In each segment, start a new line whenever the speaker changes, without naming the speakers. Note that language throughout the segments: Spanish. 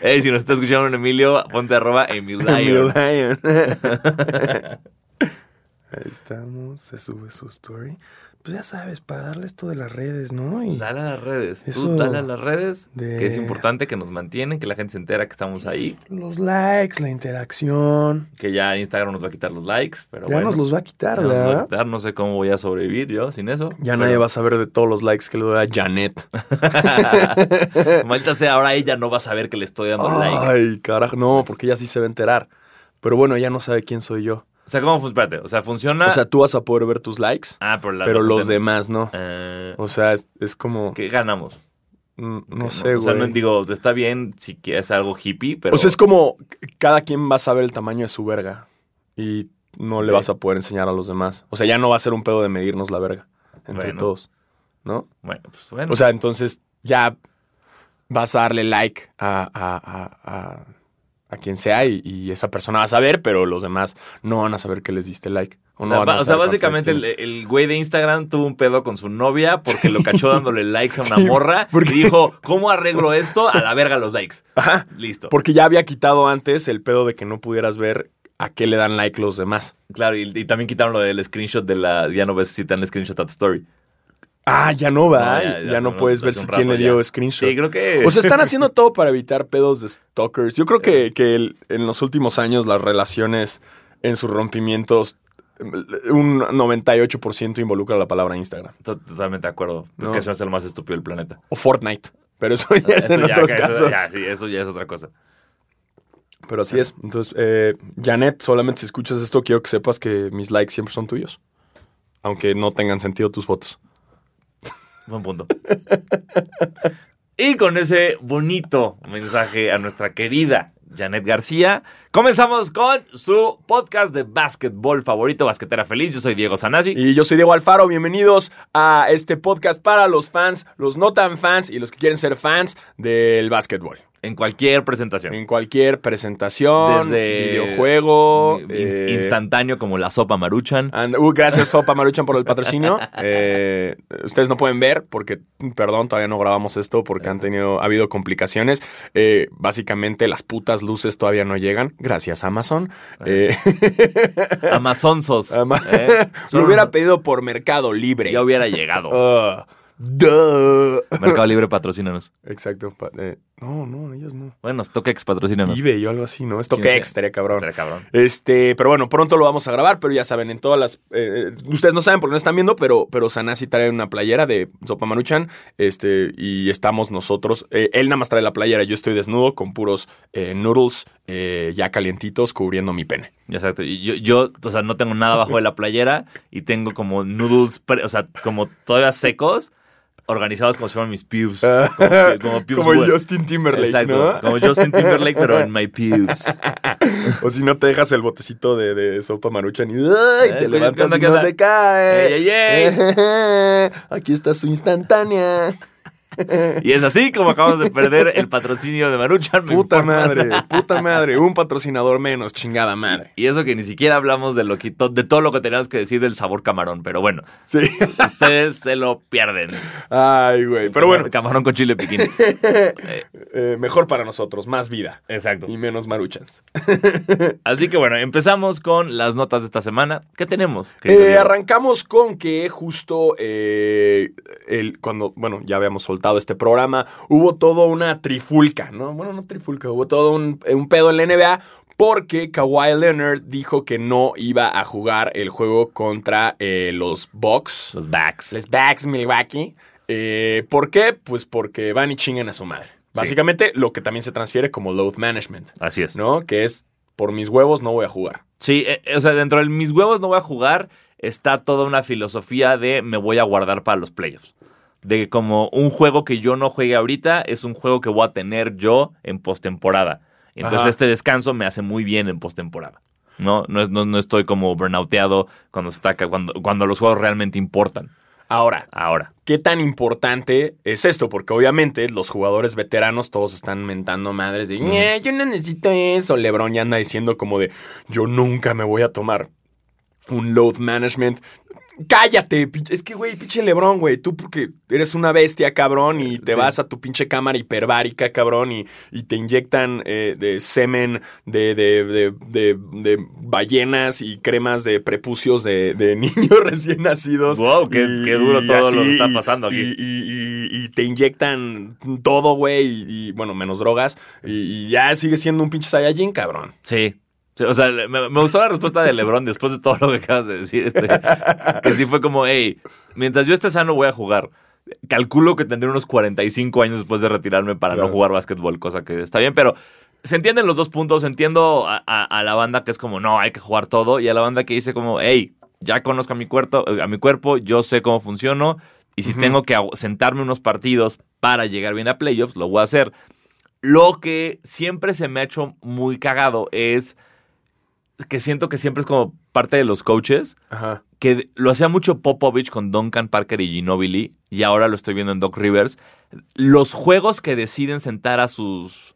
Ey, si nos está escuchando en Emilio, ponte arroba Emilio.
Emil Lion. Ahí estamos, se sube su story. Pues ya sabes, para darle esto de las redes, ¿no? Y
Dale a las redes.
Eso
Tú dale a las redes,
de-
que es importante que nos mantienen, que la gente se entera que estamos ahí.
los likes, la interacción.
Que ya Instagram nos va a quitar los likes, pero
ya
bueno.
nos los va a quitar,
ya nos va a
¿verdad?
quitar, No sé cómo voy a sobrevivir yo sin eso.
Ya nadie va a saber de todos los likes que le doy a Janet.
Maldita sea, ahora ella no va a saber que le estoy dando like.
Ay, carajo, no, porque ella sí se va a enterar. Pero bueno, ella no sabe quién soy yo.
O sea, ¿cómo funciona? Espérate, o sea, funciona.
O sea, tú vas a poder ver tus likes,
ah, pero, la-
pero
la-
los demás no.
Ah,
O sea, es, es como...
¿Qué ganamos?
mm,
Que
No sé,
O sea, no
güey.
digo, está bien si que- es algo hippie, pero.
O sea, es como cada quien va a saber el tamaño de su verga y no le
Ok.
vas a poder enseñar a los demás. O sea, ya no va a ser un pedo de medirnos la verga entre
Bueno.
todos, ¿no?
Bueno, pues bueno.
O sea, entonces ya vas a darle like a, a- a- a- a quien sea y, y esa persona va a saber, pero los demás no van a saber que les diste like. O,
O
no
sea,
van
ba-
a
o sea,
saber cuántos
básicamente el,
likes
el güey de Instagram tuvo un pedo con su novia porque lo cachó dándole likes a una
Sí,
morra
porque-
y dijo, ¿cómo arreglo esto? A la verga los likes.
tiene. Ajá,
Listo.
porque ya había quitado antes el pedo de que no pudieras ver a qué le dan like los demás.
Claro, y, y también quitaron lo del screenshot de la... Ya no ves si te dan el screenshot a tu story.
Ah, ya no va,
No,
ya,
ya- ya
ya
hace
no
un-
puedes ver
hace
si
un
quién le
rato
dio
ya.
screenshot.
Sí, creo que...
O sea, están haciendo todo para evitar pedos de stalkers. Yo creo que,
Eh.
que el- en los últimos años las relaciones en sus rompimientos, un 98% involucra la palabra Instagram.
To- Totalmente de acuerdo.
No.
Que eso es el más estúpido del planeta.
O Fortnite. Pero eso ya es
Eso
en
ya-
otros
eso ya-
casos.
sí, eso ya es otra cosa.
Pero así es. Entonces, eh, Janet, solamente si escuchas esto, quiero que sepas que mis likes siempre son tuyos. Aunque no tengan sentido tus fotos.
Buen punto. y con ese bonito mensaje a nuestra querida Janet García, comenzamos con su podcast de básquetbol favorito, Basquetera Feliz. Yo soy Diego Sanasi.
Y yo soy Diego Alfaro, bienvenidos a este podcast para los fans, los no tan fans y los que quieren ser fans del básquetbol.
En cualquier presentación.
En cualquier presentación,
Desde-
videojuego.
Inst-
eh,
instantáneo como la sopa maruchan.
and- uh, gracias, Sopa Maruchan, por el patrocinio. Eh, ustedes no pueden ver porque, perdón, todavía no grabamos esto porque han tenido, ha habido complicaciones. Eh, básicamente, las putas luces todavía no llegan. Gracias, Amazon. Eh,
Amazonzos.
Ama-
¿eh?
lo
Son-
hubiera pedido por Mercado Libre.
Ya hubiera llegado.
Ah, duh.
Mercado Libre patrocínanos.
Exacto. pa- eh, no, no, ellos no.
Bueno, StockX patrocínanos.
eBay o algo así, ¿no? Esto
¿Quién
que
sea?
estaría cabrón.
Estaría cabrón.
Este, pero bueno, pronto lo vamos a grabar, pero ya saben, en todas las. eh, eh, ustedes no saben porque no están viendo, pero, pero Sanasi trae una playera de Sopa Maruchan. Este, y estamos nosotros. eh, él nada más trae la playera, yo estoy desnudo con puros eh, noodles eh, ya calientitos cubriendo mi pene.
Exacto. Y yo, yo, o sea, no tengo nada abajo de la playera y tengo como noodles, pre- o sea, como todavía secos, organizados como si fueran mis pubes. Como, pu- como pubes wet.
Justin Timberlake,
Exacto. Como Justin Timberlake, pero en my pubes.
O si no te dejas el botecito de, de Sopa Maruchan y ¡ay!
Eh,
te
¿qué
levantas
onda,
y
qué
no
onda?
se cae.
Ey, ey,
Aquí está su instantánea.
Y es así como acabamos de perder el patrocinio de Maruchan. me
Puta
informan.
madre, puta madre. Un patrocinador menos, chingada madre.
Y eso que ni siquiera hablamos de lo que to- de todo lo que teníamos que decir del sabor camarón, pero bueno,
Sí.
ustedes se lo pierden.
Ay, güey. Pero bueno,
Camarón con chile piquín.
eh, mejor para nosotros, más vida
Exacto.
y menos maruchans.
Así que bueno, empezamos con las notas de esta semana. ¿Qué tenemos? querido
Eh,
Diego?
arrancamos con que justo eh, el, cuando, bueno, ya habíamos soltado este programa, hubo toda una trifulca, ¿no? Bueno, no trifulca, hubo todo un, un pedo en la NBA porque Kawhi Leonard dijo que no iba a jugar el juego contra eh, los Bucks,
Los backs.
Les Bucks Milwaukee. Eh, ¿Por qué? Pues porque van y chingan a su madre. Básicamente lo que también se transfiere como load management,
Así es.
¿no? Que es por mis huevos no voy a jugar.
Sí, eh, eh, o sea, dentro de mis huevos no voy a jugar está toda una filosofía de me voy a guardar para los playoffs. De que como un juego que yo no juegue ahorita es un juego que voy a tener yo en postemporada. Entonces
Ajá.
este descanso me hace muy bien en postemporada. No, no, es- no, no estoy como burnouteado cuando se está ca- cuando, cuando los juegos realmente importan.
Ahora,
Ahora.
¿qué tan importante es esto? Porque obviamente los jugadores veteranos todos están mentando madres de, "Ñe, yo no necesito eso. Lebron ya anda diciendo como de, yo nunca me voy a tomar un load management. Cállate, pinche- es que, güey, pinche Lebrón, güey, tú porque eres una bestia, cabrón, y te
Sí.
vas a tu pinche cámara hiperbárica, cabrón, y, y te inyectan eh, de semen de, de, de, de- de ballenas y cremas de prepucios de, de niños recién nacidos.
Wow, qué-
Y-
qué duro
y
todo lo que está pasando aquí.
Y, y- y- y te inyectan todo, güey, y, y, bueno, menos drogas, y, y ya sigues siendo un pinche Saiyajin, cabrón.
Sí. Sí, O sea, le- me, me gustó la respuesta de Lebron después de todo lo que acabas de decir. este, que sí fue como, hey, mientras yo esté sano voy a jugar. Calculo que tendré unos 45 años después de retirarme para
Claro.
no jugar básquetbol, cosa que está bien, pero se entienden los dos puntos. Entiendo a, a- a la banda que es como, no, hay que jugar todo, y a la banda que dice como, hey, ya conozco a mi, cuerpo, a mi cuerpo, yo sé cómo funciono, y si
Ujú.
tengo que agu- sentarme unos partidos para llegar bien a playoffs, lo voy a hacer. Lo que siempre se me ha hecho muy cagado es que siento que siempre es como parte de los coaches,
Ajá.
que lo hacía mucho Popovich con Duncan Parker y Ginobili, y ahora lo estoy viendo en Doc Rivers. Los juegos que deciden sentar a sus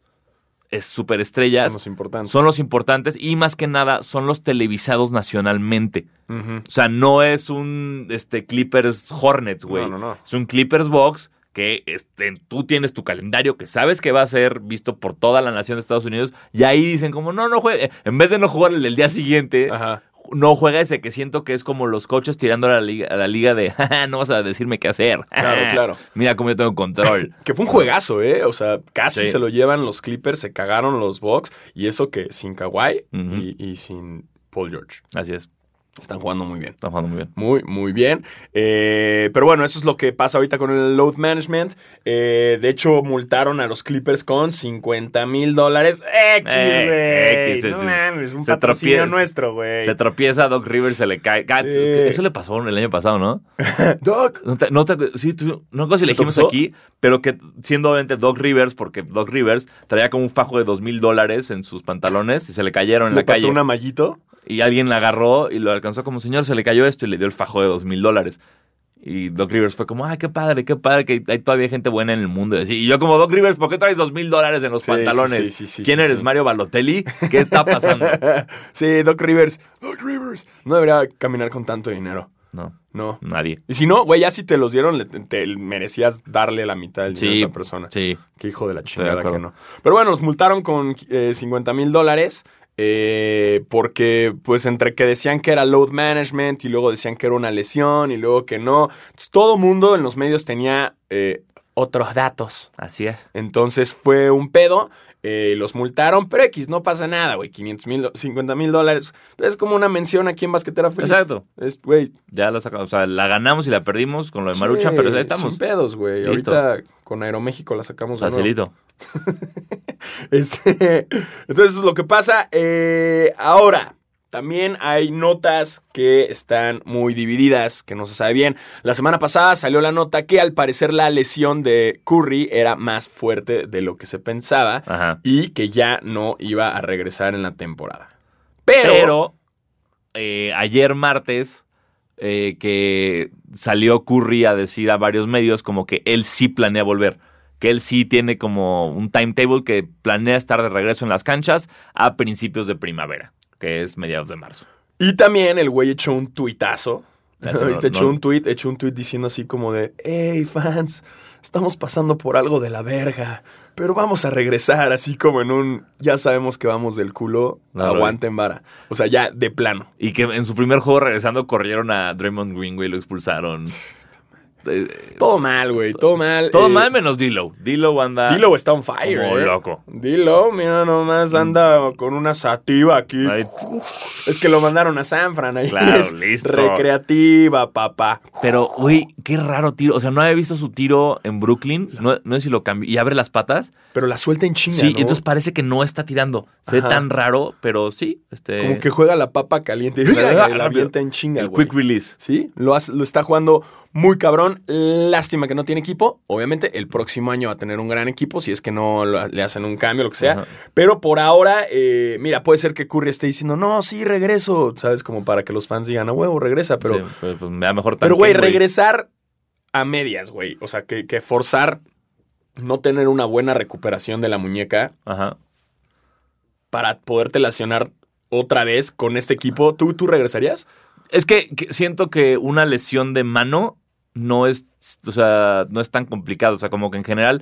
eh, superestrellas
Son los importantes.
son los importantes y más que nada son los televisados nacionalmente.
Ujú.
O sea, no es un este, Clippers Hornets, güey.
No, no, no.
Es un Clippers Box que este, tú tienes tu calendario que sabes que va a ser visto por toda la nación de Estados Unidos y ahí dicen como, no, no juegue. En vez de no jugar el del día siguiente,
Ajá.
ju- no juega ese que siento que es como los coaches tirando a la liga, a la liga de, "Ja, ja, no vas a decirme qué hacer.
Claro, claro.
Mira cómo yo tengo control.
Que fue un juegazo, ¿eh? O sea, casi
Sí.
se lo llevan los Clippers, se cagaron los Bucks. Y eso que sin Kawhi
Ujú.
y, y sin Paul George.
Así es,
Están jugando muy bien.
está jugando muy bien.
Muy, muy bien. Eh, pero bueno, eso es lo que pasa ahorita con el load management. Eh, de hecho, multaron a los Clippers con 50 mil dólares. X,
Eh,
güey.
X, sí,
no
sí.
mames, un
Se
patrocinio
tropieza.
nuestro, güey.
Se tropieza, Doc Rivers se le cae. Gats,
Sí.
Eso le pasó el año pasado, ¿no?
Doc.
No te, no te acu- sí, tú- no sé si
¿Se
le dijimos
topó?
aquí, pero que siendo obviamente Doc Rivers, porque Doc Rivers traía como un fajo de dos mil dólares en sus pantalones y se le cayeron en
Le
la
pasó
calle.
un amallito.
Y alguien la agarró y lo alcanzó como señor, se le cayó esto y le dio el fajo de dos mil dólares. Y Doc Rivers fue como, ay, qué padre, qué padre, que hay todavía gente buena en el mundo. Y así, Y yo como, Doc Rivers, ¿por qué traes dos mil dólares en los
Sí,
pantalones?
sí, sí, sí,
¿Quién
sí,
eres,
sí.
Mario Balotelli? ¿Qué está pasando?
Sí, Doc Rivers. Doc Rivers. No debería caminar con tanto dinero.
No,
No.
nadie.
Y si no, güey, ya si te los dieron, le- te, te merecías darle la mitad del dinero
Sí,
a esa persona.
Sí,
Qué hijo de la
Estoy de
chingada que
acuerdo.
no. Pero bueno, los multaron con eh, 50 mil dólares. eh, porque, pues, entre que decían que era load management y luego decían que era una lesión y luego que no. Entonces, todo mundo en los medios tenía eh, otros datos.
así es.
Entonces fue un pedo. eh, los multaron, pero X, no pasa nada, güey. 500 mil, 50 mil dólares. Es como una mención aquí en Basquetera Feliz.
Exacto.
Es, güey,
Ya la sacamos, o sea, la ganamos y la perdimos con lo de Marucha,
Sí,
Pues, pero ahí estamos.
Sin pedos, güey.
Listo.
Ahorita con Aeroméxico la sacamos de nuevo.
Facilito.
Este, entonces eso es lo que pasa. Eh, ahora, también hay notas que están muy divididas, que no se sabe bien. La semana pasada salió la nota que al parecer la lesión de Curry era más fuerte de lo que se pensaba
Ajá.
y que ya no iba a regresar en la temporada.
Pero,
Pero,
eh, ayer martes, eh, que salió Curry a decir a varios medios como que él sí planea volver. Que él sí tiene como un timetable que planea estar de regreso en las canchas a principios de primavera, que es mediados de marzo.
y también el güey echó un tuitazo.
Ya se
¿Viste?
Ah, no-
echó
no-
un tweet, echó un tweet diciendo así como de, hey fans, estamos pasando por algo de la verga, pero vamos a regresar así como en un, ya sabemos que vamos del culo,
No, Ah, lo vi.
aguanten vara. O sea, ya de plano.
Y que en su primer juego regresando corrieron a Draymond Green, güey, lo expulsaron. Eh,
Todo mal, güey, todo mal.
todo
eh,
mal menos Dilo. Dilo anda.
Dilo está on fire,
Como
eh.
loco. Mm.
Dilo, mira nomás, anda con una sativa aquí.
Ahí-
Es que lo mandaron a San Fran ahí.
Claro,
es
listo.
Recreativa, papá.
Pero, güey, qué raro tiro. O sea, no había visto su tiro en Brooklyn. No, no sé si lo cambió. Y abre las patas.
Pero la suelta en chinga,
Sí,
¿no?
entonces parece que no está tirando. Se
Ajá.
ve tan raro, pero sí. Este,
Como que juega la papa caliente y la,
Rápido.
la avienta en chinga,
el
güey.
quick release.
Sí, lo, hace- lo está jugando muy cabrón. Lástima que no tiene equipo. Obviamente, el próximo año va a tener un gran equipo si es que no lo- le hacen un cambio, lo que sea.
Ajá.
Pero por ahora, eh, mira, puede ser que Curry esté diciendo, no, sí, regreso. ¿Sabes? Como para que los fans digan, a huevo, regresa. Pero,
Pero, pues, me da mejor
pero güey,
tanque,
regresar a medias, güey. O sea, que, que forzar no tener una buena recuperación de la muñeca
Ajá.
para poderte lacionar otra vez con este equipo. ¿Tú, tú regresarías?
Es que, que siento que una lesión de mano no es, o sea, no es tan complicado. O sea, como que en general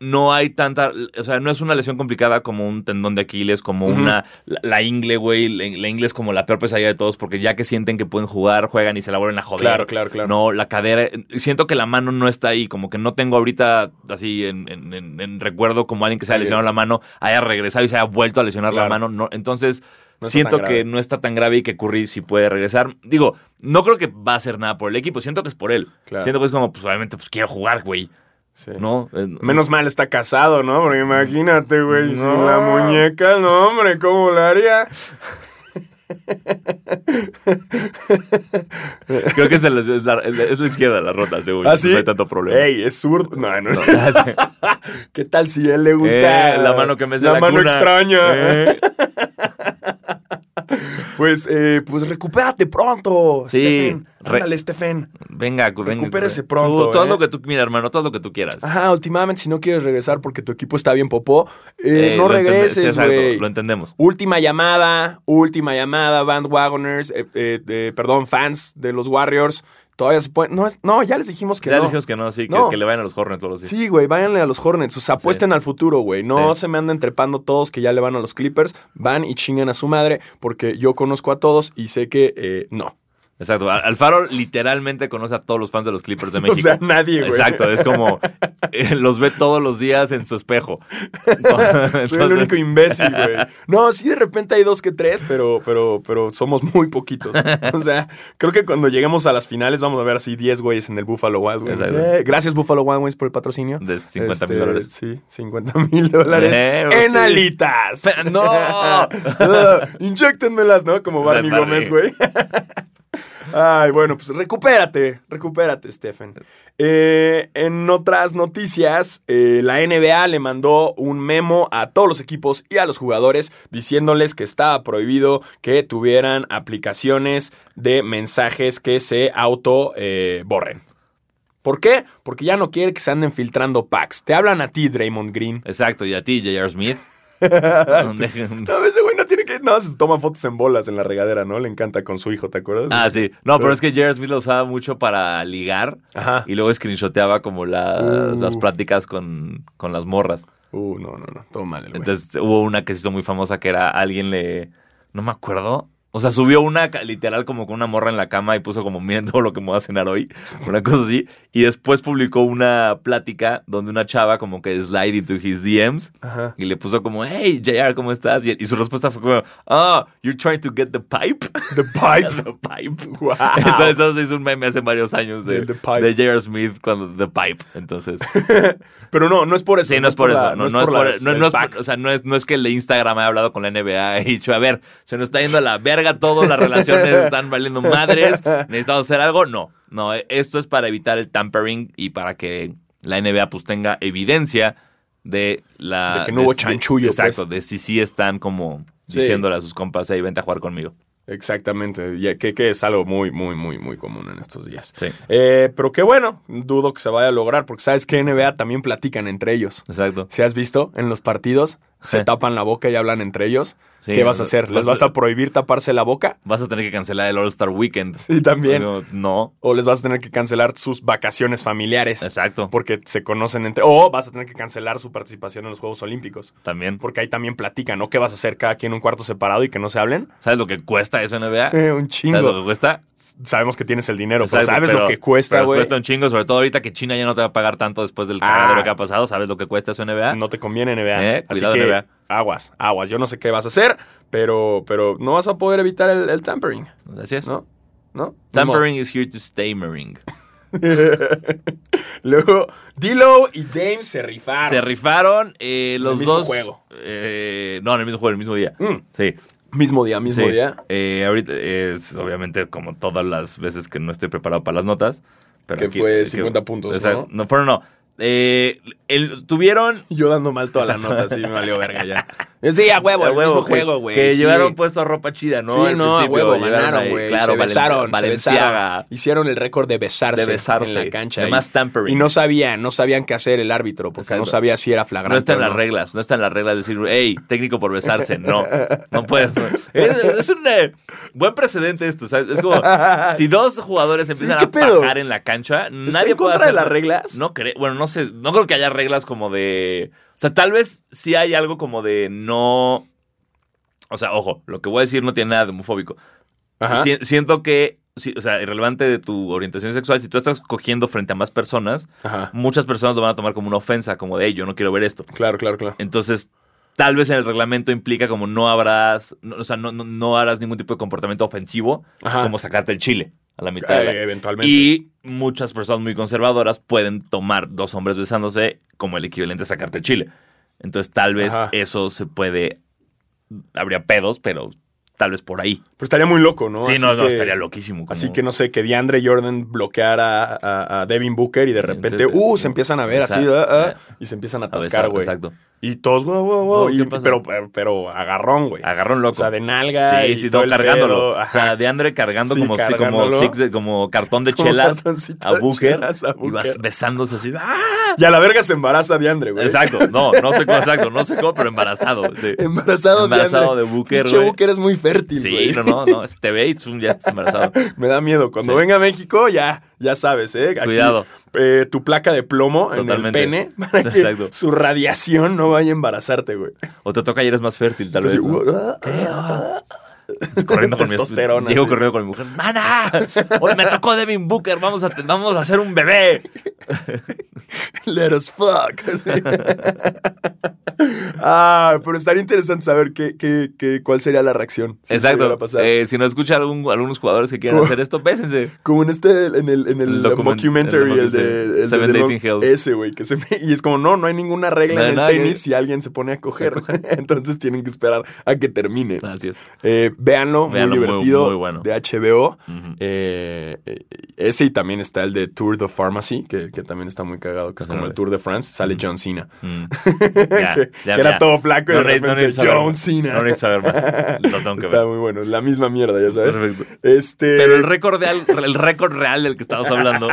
no hay tanta, o sea, no es una lesión complicada como un tendón de Aquiles, como
Ujú.
una, la, la ingle, güey, la, la ingle es como la peor pesadilla de todos porque ya que sienten que pueden jugar, juegan y se la vuelven a joder.
Claro, claro, claro.
No, la cadera. eh, Siento que la mano no está ahí. Como que no tengo ahorita así en, en- en- en recuerdo como alguien que se haya
Alguien.
lesionado la mano, haya regresado y se haya vuelto a lesionar la
Ah, Claro.
mano. No, entonces,
No está
siento
tan
que
grave.
no está tan grave y que Curry sí puede regresar. Digo, no creo que va a hacer nada por el equipo. Siento que es por él.
Claro.
Siento que es como, pues obviamente, pues quiero jugar, güey.
Sí.
¿No? Eh,
Menos mal está casado, ¿no? Porque imagínate, güey,
No.
sin la muñeca, no, hombre, ¿cómo la haría?
Creo que es, de las- es la, es la- es la izquierda la rota, seguro.
¿Así?
No hay tanto problema.
¿Ah, Ey, es zurdo. No, no.
Eh,
¿Qué tal si a él le gusta?
la mano que me hace
La,
la
mano
cuna.
extraña.
Eh,
Pues, eh, pues recupérate pronto.
Sí.
Stephen.
Re-
Ándale, Stephen.
venga, Curry. venga,
Recupérese
Curry.
pronto,
Tú, tú haz
eh. Ah,
lo que tú, mira, hermano, tú haz lo que tú quieras.
Ajá, últimamente, si no quieres regresar porque tu equipo está bien popó, eh,
Eh,
no
lo entende- sí,
regreses,
exacto,
güey.
Lo entendemos.
Última llamada, última llamada, bandwagoners, eh, eh, eh, perdón, fans de los Warriors. Todavía se pueden. No, es- no ya les dijimos que
ya
no.
dijimos que no, sí, que,
No.
que le vayan a los Hornets todos los días.
Sí, güey, váyanle a los Hornets. O sea, apuesten al futuro, güey. No
Sí.
se me anden trepando todos que ya le van a los Clippers. Van y chingan a su madre, porque yo conozco a todos y sé que eh, no.
Exacto. Al- Alfaro literalmente conoce a todos los fans de los Clippers de México.
O sea, nadie, güey.
Exacto, es como eh, los ve todos los días en su espejo.
Soy el único imbécil, güey. No, sí, de repente hay dos que tres, pero, pero, pero somos muy poquitos. O sea, creo que cuando lleguemos a las finales vamos a ver así 10 güeyes en el Buffalo Wild Wings.
Exacto.
Eh, gracias, Buffalo Wild Wings, por el patrocinio.
De 50 mil
Este,
dólares.
Sí, 50 mil dólares.
Eh,
en
sí.
alitas.
¡No!
Ah, Inyéctenmelas, ¿no? Como
O sea,
Barney
Barney.
Gómez, güey. Ay, bueno, pues recupérate, recupérate, Stephen. Eh, en otras noticias, eh, la NBA le mandó un memo a todos los equipos y a los jugadores diciéndoles que estaba prohibido que tuvieran aplicaciones de mensajes que se auto eh, borren. ¿Por qué? Porque ya no quiere que se anden filtrando packs. Te hablan a ti, Draymond Green.
Exacto, y a ti, J.R. Smith. Dejen-
No, ese güey no tiene que. No, se toma fotos en bolas en la regadera, ¿no? Le encanta con su hijo, ¿te acuerdas?
Ah, sí. No, pero es que J.R. Smith lo usaba mucho para ligar
Ajá.
y luego screenshoteaba como las,
Uh.
las prácticas con, con las morras.
Uh, no, no, no. Todo mal el güey.
Entonces hubo una que se hizo muy famosa que era alguien le. No me acuerdo. O sea, subió una ca- literal como con una morra en la cama y puso como miren todo lo que me voy a cenar hoy. Una cosa así. Y después publicó una plática donde una chava como que slide into his DMs
Ajá.
y le puso como, hey, JR, ¿cómo estás? Y, y su respuesta fue como, ah, you're trying to get the pipe.
The Pipe.
the pipe.
wow.
Entonces eso se hizo un meme hace varios años de,
Ah. Del The Pipe.
de J.R. Smith cuando The Pipe. Entonces,
Pero no, no es por eso.
sí, no es por eso.
la-
No no es por
las-
no-
el
no es
pack.
por- O sea, no es, no es que el de Instagram haya hablado con la NBA y dicho, a ver, se nos está yendo a la verga todo, las relaciones están valiendo madres, necesitamos hacer algo. No, no, esto es para evitar el tampering y para que la NBA pues tenga evidencia de la...
De que no hubo
si-
chanchullo, pues.
Exacto, de si sí están como
Sí.
diciéndole a sus compas, hey, vente a jugar conmigo.
Exactamente. ya que, que es algo muy, muy, muy, muy común en estos días.
Sí.
Eh, pero qué bueno. Dudo que se vaya a lograr porque sabes que NBA también platican entre ellos.
Exacto.
Si has visto en los partidos, se
Sí.
tapan la boca y hablan entre ellos.
Sí,
¿Qué vas a
vas-
hacer? ¿Les
vas-
vas a prohibir taparse la boca?
Vas a tener que cancelar el All-Star Weekend.
Sí, también.
Digo, No,
O les vas a tener que cancelar sus vacaciones familiares.
exacto,
Porque se conocen entre. O vas a tener que cancelar su participación en los Juegos Olímpicos.
también.
Porque ahí también platican, ¿no? ¿Qué vas a hacer cada quien en un cuarto separado y que no se hablen?
¿Sabes lo que cuesta eso en NBA?
Eh, un chingo.
¿Sabes lo que cuesta?
Sabemos que tienes el dinero,
Exacto,
pero pues, sabes
Pues, pero-
lo que cuesta,
pero
güey.
Cuesta un chingo, sobre todo ahorita que China ya no te va a pagar tanto después del
Ah.
cagadero que ha pasado. ¿Sabes lo que cuesta su NBA?
No te conviene, NBA.
Eh, cuidado,
Así que,
NBA.
aguas, aguas. Yo no sé qué vas a hacer, pero, pero no vas a poder evitar el, el tampering,
Así es.
¿no? ¿No?
Tampering is here to stay, Mering.
Luego, Dilo y Dame se rifaron.
Se rifaron eh, los
mismo
dos.
juego.
eh, no, en el mismo juego, en el mismo día.
Mm.
Sí.
mismo día, mismo
sí.
día.
Eh, ahorita es obviamente como todas las veces que no estoy preparado para las notas. Pero
Que
aquí-
fue 50 puntos,
o sea,
¿no?
No fueron, no. Eh, el- tuvieron
Yo dando mal toda la
Exacto.
nota, sí, me valió verga ya. Sí, a huevo,
A
el mismo
huevo, güey,
juego, güey.
Que
sí.
llevaron puesto a ropa chida, ¿no?
Sí,
Al
no, a
principio,
huevo,
llevaron
ganaron,
ahí,
güey.
Claro,
se
Valen-
besaron, se besaron.
Valenciaga.
Hicieron el récord de besarse,
De besarse.
en la cancha.
De
y-
más tampering.
Y no sabían, no sabían qué hacer el árbitro, porque no
Exacto.
sabía si era flagrante
No está en
o
las reglas, no está en las reglas decir, hey, técnico por besarse. No, no puedes. no. Es, es un eh, buen precedente esto, ¿sabes? Es como si dos jugadores empiezan
¿qué
a
pedo?
pajar en la cancha, nadie puede
en contra de
hacer-
las reglas?
No creo, bueno, no sé, no creo que haya reglas como de. O sea, tal vez sí hay algo como de no. O sea, ojo, lo que voy a decir no tiene nada de homofóbico.
Ajá.
Si- siento que, si- o sea, irrelevante de tu orientación sexual, si tú estás cogiendo frente a más personas,
Ajá.
muchas personas lo van a tomar como una ofensa, como de, hey, yo no quiero ver esto.
Claro, claro, claro.
Entonces, tal vez en el reglamento implica como no habrás, no- o sea, no, no- no harás ningún tipo de comportamiento ofensivo,
Ajá.
como sacarte el chile a la mitad. de la-
Eh, eventualmente.
Y muchas personas muy conservadoras pueden tomar dos hombres besándose como el equivalente a sacarte el chile. Entonces, tal vez
Ajá.
eso se puede, habría pedos, pero tal vez por ahí.
Pero Pues estaría muy loco, ¿no?
sí,
Así
no, no,
que-
estaría loquísimo.
Así
como-
que no sé, que DeAndre Jordan bloqueara a, a- a Devin Booker y de repente,
Entonces, eh,
uh, se empiezan a ver así,
exacto,
ah, ah,
ya.
y se empiezan a
A
atascar,
besar,
güey.
Exacto.
Y todos, wow, wow, wow.
No,
y-
¿qué pasa?
pero, pero agarrón, güey.
Agarrón
O
loco.
sea, de nalga. y
Sí, sí,
todo
no,
el
cargándolo.
pedo,
O sea,
ajá.
de Andre cargando
Sí,
como, si- como,
cargándolo.
six de- como cartón de
Como
chelas
cartoncito
a
de
Booker.
chelas a
Y vas
Booker.
besándose así. ¡Ah!
Y a la verga se embaraza DeAndre, güey.
Exacto. No, no sé cómo, exacto. No sé cómo, pero embarazado. Sí,
Embarazado,
Embarazado
DeAndre.
de Booker,
Pinche
güey.
Booker es muy fértil,
Sí,
güey.
no, no, no. Te ve y zoom, ya estás embarazado.
Me da miedo. Cuando
Sí.
venga a México, ya, ya sabes, ¿eh? Aquí,
Cuidado.
eh, tu placa de plomo
Totalmente.
en el pene. Para que
Exacto.
su radiación no vaya a embarazarte, güey.
O te toca y eres más fértil, tal
Entonces,
vez. ¿no?
uh, ah, ah.
Corriendo con mi
testosterona,
Llego
sí.
corriendo con mi mujer. ¡Mana! Hoy me tocó Devin Booker. Vamos a, vamos a hacer un bebé.
Let us fuck. Así. ah, pero estaría interesante saber qué, qué, qué, cuál sería la reacción. si eso llegara
Exacto.
a pasar.
Eh, si nos escucha algún, algunos jugadores que quieran
¿Cómo?
hacer esto, bésense.
como en este, en el, en el,
el document-
documentary,
el
el de,
documentary,
el de
Seven
The
Days
Long-
in Hell.
Ese, güey. que se me- Y es como, no, no hay ninguna regla
No hay
en el
nada que-
tenis si alguien se pone a coger. Entonces tienen que esperar a que termine.
Así es.
Eh, véanlo,
Ah. Véanlo,
muy
muy-
divertido.
muy bueno.
De HBO.
Ujú.
Eh, eh, ese y también está el de Tour de Pharmacy, que, que también está muy cagado, que es como el Tour de France. Sale John Cena.
Mm.
que, que era todo flaco y
No
de
ne- no
repente
necesito saber
John
más.
Cena.
No necesito saber más. Lo tengo que
Está
ver.
muy bueno, la misma mierda, ya sabes.
Perfecto.
Este,
Pero el récord, de al- el récord real del que estamos hablando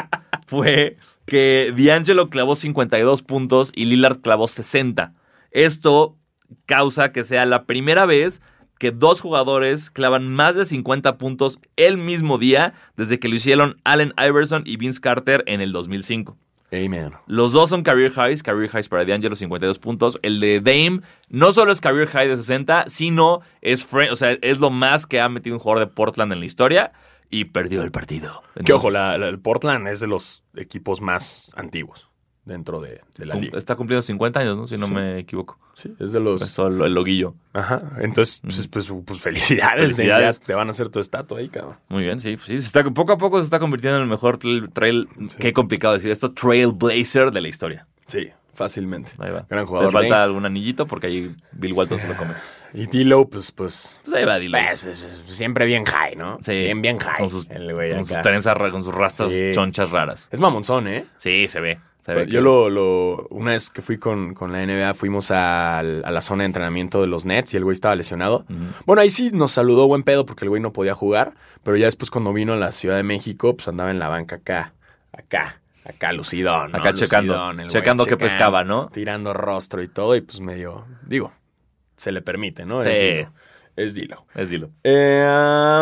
fue que D'Angelo clavó 52 puntos y Lillard clavó 60. Esto causa que sea la primera vez que dos jugadores clavan más de 50 puntos el mismo día desde que lo hicieron Allen Iverson y Vince Carter en el 2005.
Hey, man.
Los dos son career highs. Career highs para D'Angelo, 52 puntos. El de Dame no solo es career high de 60, sino es, fre- o sea, es lo más que ha metido un jugador de Portland en la historia y perdió el partido.
Que
Entonces,
ojo, la- la- el Portland es de los equipos más antiguos dentro de, de la
cum-
liga. Pues
Está cumpliendo 50 años, ¿no? Si no me equivoco.
Sí, es de los.
Esto, el, el loguillo.
Ajá. Entonces, pues, pues, pues, felicidades.
Felicidades.
ya te van a hacer tu estatua ahí, cabrón.
Muy bien, sí. pues sí se está, poco a poco se está convirtiendo en el mejor trail. trail- Qué complicado decir esto. Trailblazer de la historia.
Sí, fácilmente.
Ahí va.
Gran jugador.
Le falta
Dame.
algún anillito porque ahí Bill Walton se lo come.
Y Dilo, pues, pues.
Pues ahí va, dilo.
pues, pues, pues, siempre bien high, ¿no?
Sí.
Bien, bien high.
Con sus,
el güey
con
acá.
sus trenzas ra- con sus rastas
Pues, Sí.
chonchas raras.
Es mamonzón, ¿eh?
Sí, se ve. se ve
Yo
que-
lo, lo- Una vez que fui con, con la NBA, fuimos al- a la zona de entrenamiento de los Nets y el güey estaba lesionado. Bueno, ahí sí nos saludó buen pedo porque el güey no podía jugar. Pero ya después, cuando vino a la Ciudad de México, pues andaba en la banca acá, acá, acá, lucidón. ¿no?
Acá checando,
Lucidón, el güey,
checando qué pescaba, ¿no?
Tirando rostro y todo. Y pues medio. Digo, se le permite, ¿no?
Sí.
Es Dilo. Es Dilo.
Es dilo.
Eh,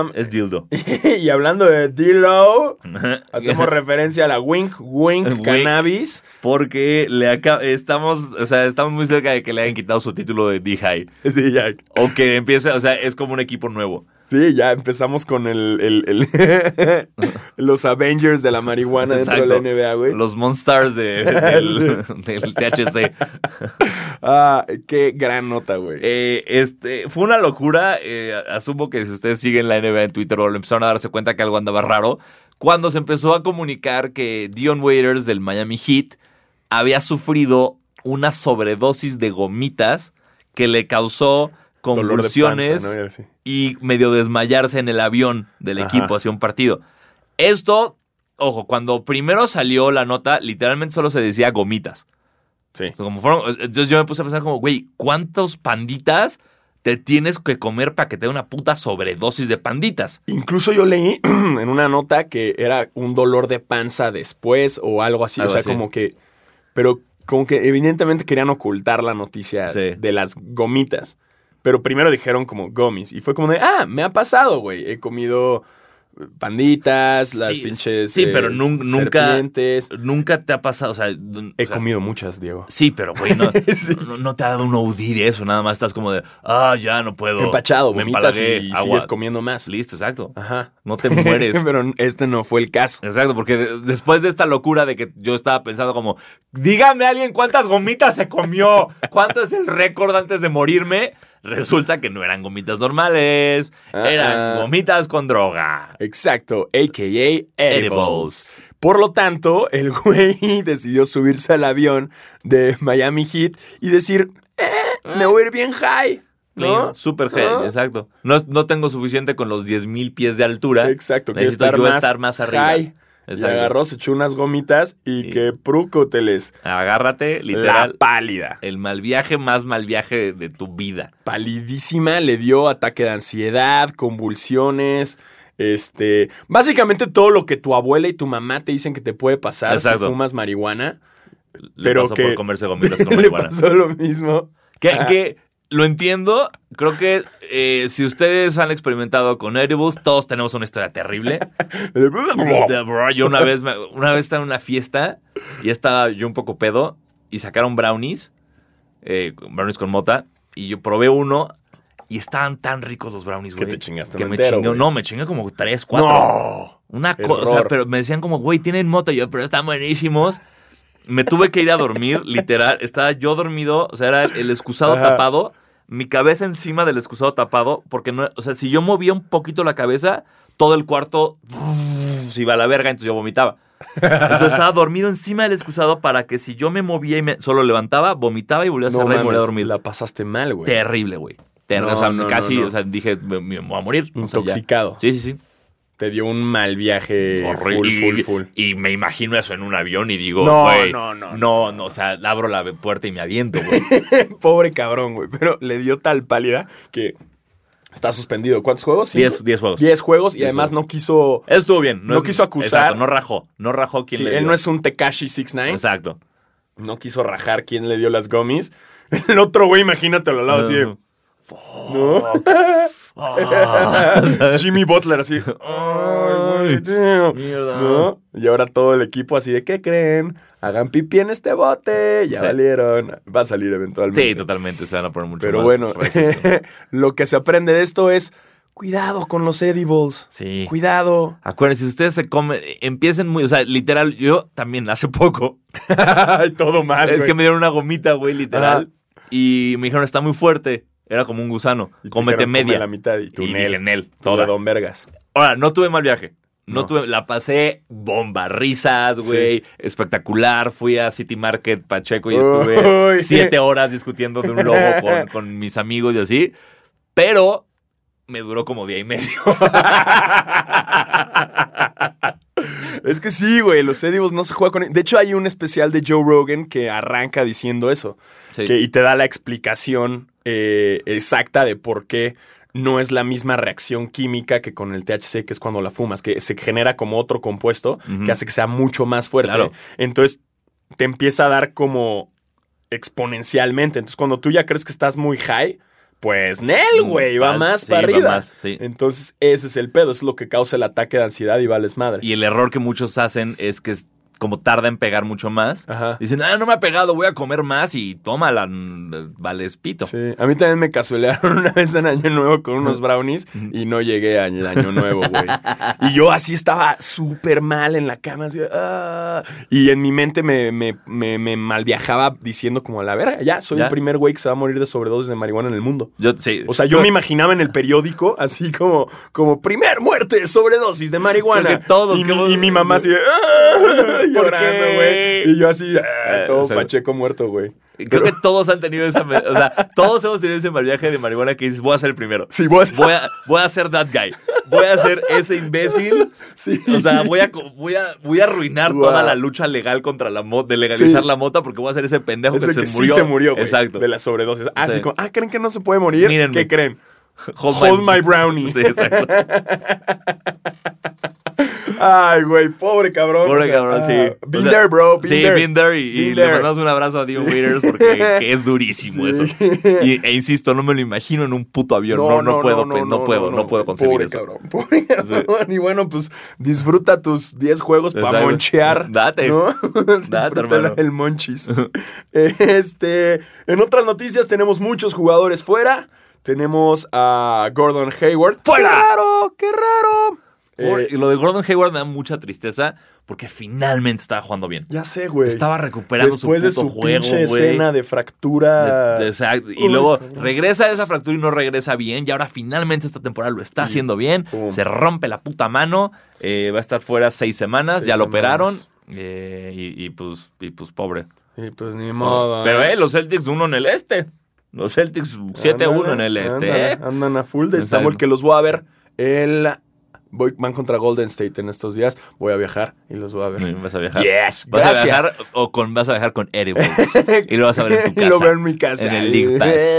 um,
Es dildo.
y hablando de Dilo, hacemos referencia a la Wink Wink
Wink.
Cannabis.
Porque le aca- estamos, o sea, estamos muy cerca de que le hayan quitado su título de D-High.
Sí, ya,
O que empiece, o sea, es como un equipo nuevo.
sí, ya empezamos con el, el- el- los Avengers de la marihuana dentro
Exacto.
de la NBA, güey.
Los Monstars de- del, del THC.
Ah, qué gran nota, güey.
Eh, este, fue una locura. eh, asumo que si ustedes siguen la NBA en Twitter o lo empezaron a darse cuenta que algo andaba raro. Cuando se empezó a comunicar que Dion Waiters del Miami Heat había sufrido una sobredosis de gomitas que le causó
Dolor de
convulsiones
panza, ¿no? Era así.
y medio desmayarse en el avión del
Ajá.
equipo hacia un partido. Esto, ojo, cuando primero salió la nota, literalmente solo se decía gomitas.
Sí.
O sea, como fueron- entonces yo me puse a pensar como, güey, ¿cuántos panditas te tienes que comer para que te dé una puta sobredosis de panditas?
Incluso yo leí en una nota que era un dolor de panza después o algo así.
Algo
o sea,
así.
como que. Pero como que evidentemente querían ocultar la noticia
Sí.
de las gomitas. Pero primero dijeron como gomis. Y fue como de, ah, me ha pasado, güey. He comido panditas, las
Sí,
pinches.
sí,
eh,
pero nun- nunca-
serpientes".
Nunca te ha pasado, o sea... d-
He
o sea,
comido muchas, Diego.
Sí, pero güey, no,
Sí.
no, no te ha dado un OD de eso, nada más estás como de, ah, ya no puedo.
Empachado,
me
vomitas y,
empalagué,
y
agua.
sigues comiendo más.
Listo, exacto.
Ajá.
No te mueres.
pero este no fue el caso.
Exacto, porque de- después de esta locura de que yo estaba pensando como, dígame alguien cuántas gomitas se comió, cuánto es el récord antes de morirme, resulta que no eran gomitas normales, eran
Ah.
gomitas con droga.
Exacto, a.k.a. edibles.
Edibles.
Por lo tanto, el güey decidió subirse al avión de Miami Heat y decir, eh, me voy a ir bien high, ¿no?
Clean, Super head,
¿No?
exacto. No, es- no tengo suficiente con los 10.000 pies de altura.
Exacto, que
Necesito
estar,
yo
más
estar más arriba.
high. Se
Exacto.
agarró, se echó unas gomitas y
Sí.
que prúcoteles.
Agárrate,
La
literal.
pálida.
El mal viaje más mal viaje de tu vida.
Palidísima, le dio ataque de ansiedad, convulsiones. Este, básicamente todo lo que tu abuela y tu mamá te dicen que te puede pasar
Exacto.
si fumas marihuana,
Le
Pero
pasó
que-
por comerse gomitas con
le
marihuana.
pasó Ah. lo mismo.
Que,
Ajá.
que lo entiendo. Creo que eh, si ustedes han experimentado con edibles, todos tenemos una historia terrible. De- bro, Yo una vez, me- una vez estaba en una fiesta y estaba yo un poco pedo y sacaron brownies, eh, brownies con mota, y yo probé uno y estaban tan ricos los brownies,
Que
güey.
te chingaste
que
uno
me
entero,
chingué-
güey.
No, me chingué como tres, cuatro.
¡No!
Una cosa, o sea,
Error.
pero me decían como, güey, tienen mota. Y yo, pero están buenísimos. Me tuve que ir a dormir, literal. Estaba yo dormido, o sea, era el, el excusado
Ajá.
tapado, mi cabeza encima del excusado tapado, porque no, o sea, si yo movía un poquito la cabeza, todo el cuarto se iba a la verga, entonces yo vomitaba. Entonces estaba dormido encima del excusado para que si yo me movía y me solo levantaba, vomitaba y volvía a
No
cerrar y volvía a
mames,
dormir.
La pasaste mal, güey.
Terrible, güey. Terrible. o sea,
No, no, no,
casi,
no.
o sea, dije, me, me voy a morir. O sea, ya.
Intoxicado.
sí, sí, sí.
Te dio un mal viaje
Horrible.
Eh, full, full,
Y-
full.
Y me imagino eso en un avión y digo,
No,
güey,
no, no,
no, no, o sea, abro la puerta y me aviento, güey.
Pobre cabrón, güey. Pero le dio tal pálida que está suspendido. ¿Cuántos juegos? Cinco.
Diez, diez juegos.
Diez juegos y
Diez
además
juegos.
no quiso...
Eso estuvo bien.
No quiso acusar.
Exacto, no rajó. No rajó quien
Sí,
le dio.
él no es un Tekashi 69.
Exacto.
No quiso rajar quién le dio las gummies. El otro güey, imagínatelo al lado así de...
Ah, ¿sabes?
Jimmy Butler así. Ay, güey, damn.
Mierda.
¿No? Y ahora todo el equipo así de, ¿qué creen? Hagan pipí en este bote. Ya
Sí.
valieron. Va a salir eventualmente.
Sí, totalmente, se van a poner mucho
Pero
más
bueno,
racistas.
lo que se aprende de esto es cuidado con los edibles.
Sí.
Cuidado.
Acuérdense, si ustedes se comen, empiecen muy, o sea, literal, yo también hace poco,
Ay, todo mal.
es que
güey.
me dieron una gomita, güey, literal, y me dijeron, está muy fuerte, era como un gusano,
Y te
cómete
dijeron, come
media.
la mitad y tú,
y
Nel,
dije, Nel,
tú de
toda.
Don Vergas.
Ahora, no tuve mal viaje. No,
No.
tuve, la pasé bomba, risas, güey, espectacular. Fui a City Market Pacheco y estuve
Uy.
siete horas discutiendo de un logo con, con mis amigos y así. Pero me duró como día y medio.
Es que sí, güey, los edibles no se juega con... De hecho, hay un especial de Joe Rogan que arranca diciendo eso.
Sí.
que- y te da la explicación eh, exacta de por qué no es la misma reacción química que con el THC, que es cuando la fumas, que se genera como otro compuesto
Ujú.
que hace que sea mucho más fuerte.
Claro.
Entonces te empieza a dar como exponencialmente. Entonces cuando tú ya crees que estás muy high, pues Nel, güey, va
Ah,
más
sí,
para
va
arriba.
más, sí.
Entonces ese es el pedo, eso es lo que causa el ataque de ansiedad y vales madre.
Y el error que muchos hacen es que es- como tarda en pegar mucho más.
Ajá.
Dicen, ah, no me ha pegado, voy a comer más y tómala, mm, vale espito.
Sí, a mí también me casuelearon una vez en Año Nuevo con unos brownies y no llegué al Año Nuevo, güey. Y yo así estaba súper mal en la cama, así, ah. y en mi mente me, me, me, me malviajaba diciendo como a la verga, ya, soy
Ya.
el primer güey que se va a morir de sobredosis de marihuana en el mundo.
Yo, sí.
O sea, yo me imaginaba en el periódico así como, como primer muerte, sobredosis de marihuana.
Creo que todos
y,
que
mi,
hemos-
y mi mamá así de, "Ah", llorando,
qué?
güey. Y yo así, ah,
Eh,
todo
o sea,
pacheco muerto, güey.
Creo que todos han tenido esa. me- O sea, todos hemos tenido ese mal viaje de marihuana que dices, voy a ser el primero.
Sí, voy a ser-
Voy a, voy a ser that guy. Voy a ser ese imbécil.
Sí.
O sea, voy a, co- voy a, voy a arruinar
Guau.
toda la lucha legal contra la mota, de legalizar
Sí.
la mota, porque voy a ser ese pendejo
Es
que
el
se
que
murió.
sí se murió, güey.
Exacto.
De las sobredosis. Ah,
Sí.
sí, como, ah, ¿creen que no se puede morir?
Mírenme.
¿Qué creen?
Hold,
Hold my brownie.
Sí, exacto.
Ay, güey, pobre cabrón.
Pobre
o sea,
cabrón,
ah,
sí.
Been
O sea,
there, bro. Been
sí,
there.
been there. Y, y
Been
le
there.
mandamos un abrazo a Dion Waiters porque que es durísimo
Sí.
eso. Y- e insisto, no me lo imagino en un puto avión. No, no, puedo, pe- no, puedo, no, puedo concebir
pobre
eso.
Cabrón, pobre cabrón. Y bueno, pues disfruta tus 10 juegos para
Exacto.
monchear.
Date.
¿no?
Date,
Disfruta
hermano.
el monchis. este, en otras noticias tenemos muchos jugadores fuera. Tenemos a Gordon Hayward.
¡Fuera!
¡Qué raro! ¡Qué raro!
Por-
Eh,
y lo de Gordon Hayward me da mucha tristeza porque finalmente estaba jugando bien.
ya sé, güey.
Estaba recuperando
Después
su puto
de su
juego,
pinche
güey.
escena de fractura.
De- de- o sea, y
Ah. Uy,
luego
cabrón.
regresa a esa fractura y no regresa bien. Y ahora finalmente esta temporada lo está haciendo bien.
Mm. pum.
Se rompe la puta mano. eh, va a estar fuera seis semanas.
Seis
ya lo
semanas.
operaron. eh, y, y pues, y pues pobre.
Y pues ni modo.
Pero
¿eh?
eh, los Celtics uno en el este. Los Celtics 7-1 en el
Ándale,
este. ¿eh?
ándale, Andan a full de
Exacto.
Estambul, que los voy a ver. El... Voy, van contra Golden State en estos días. Voy a viajar y los voy a ver.
Mm, Vas a viajar.
Yes,
Vas
gracias.
a viajar o con, vas a viajar con Edibles. y lo vas a ver en tu
Y
casa.
lo veo en mi casa.
En el League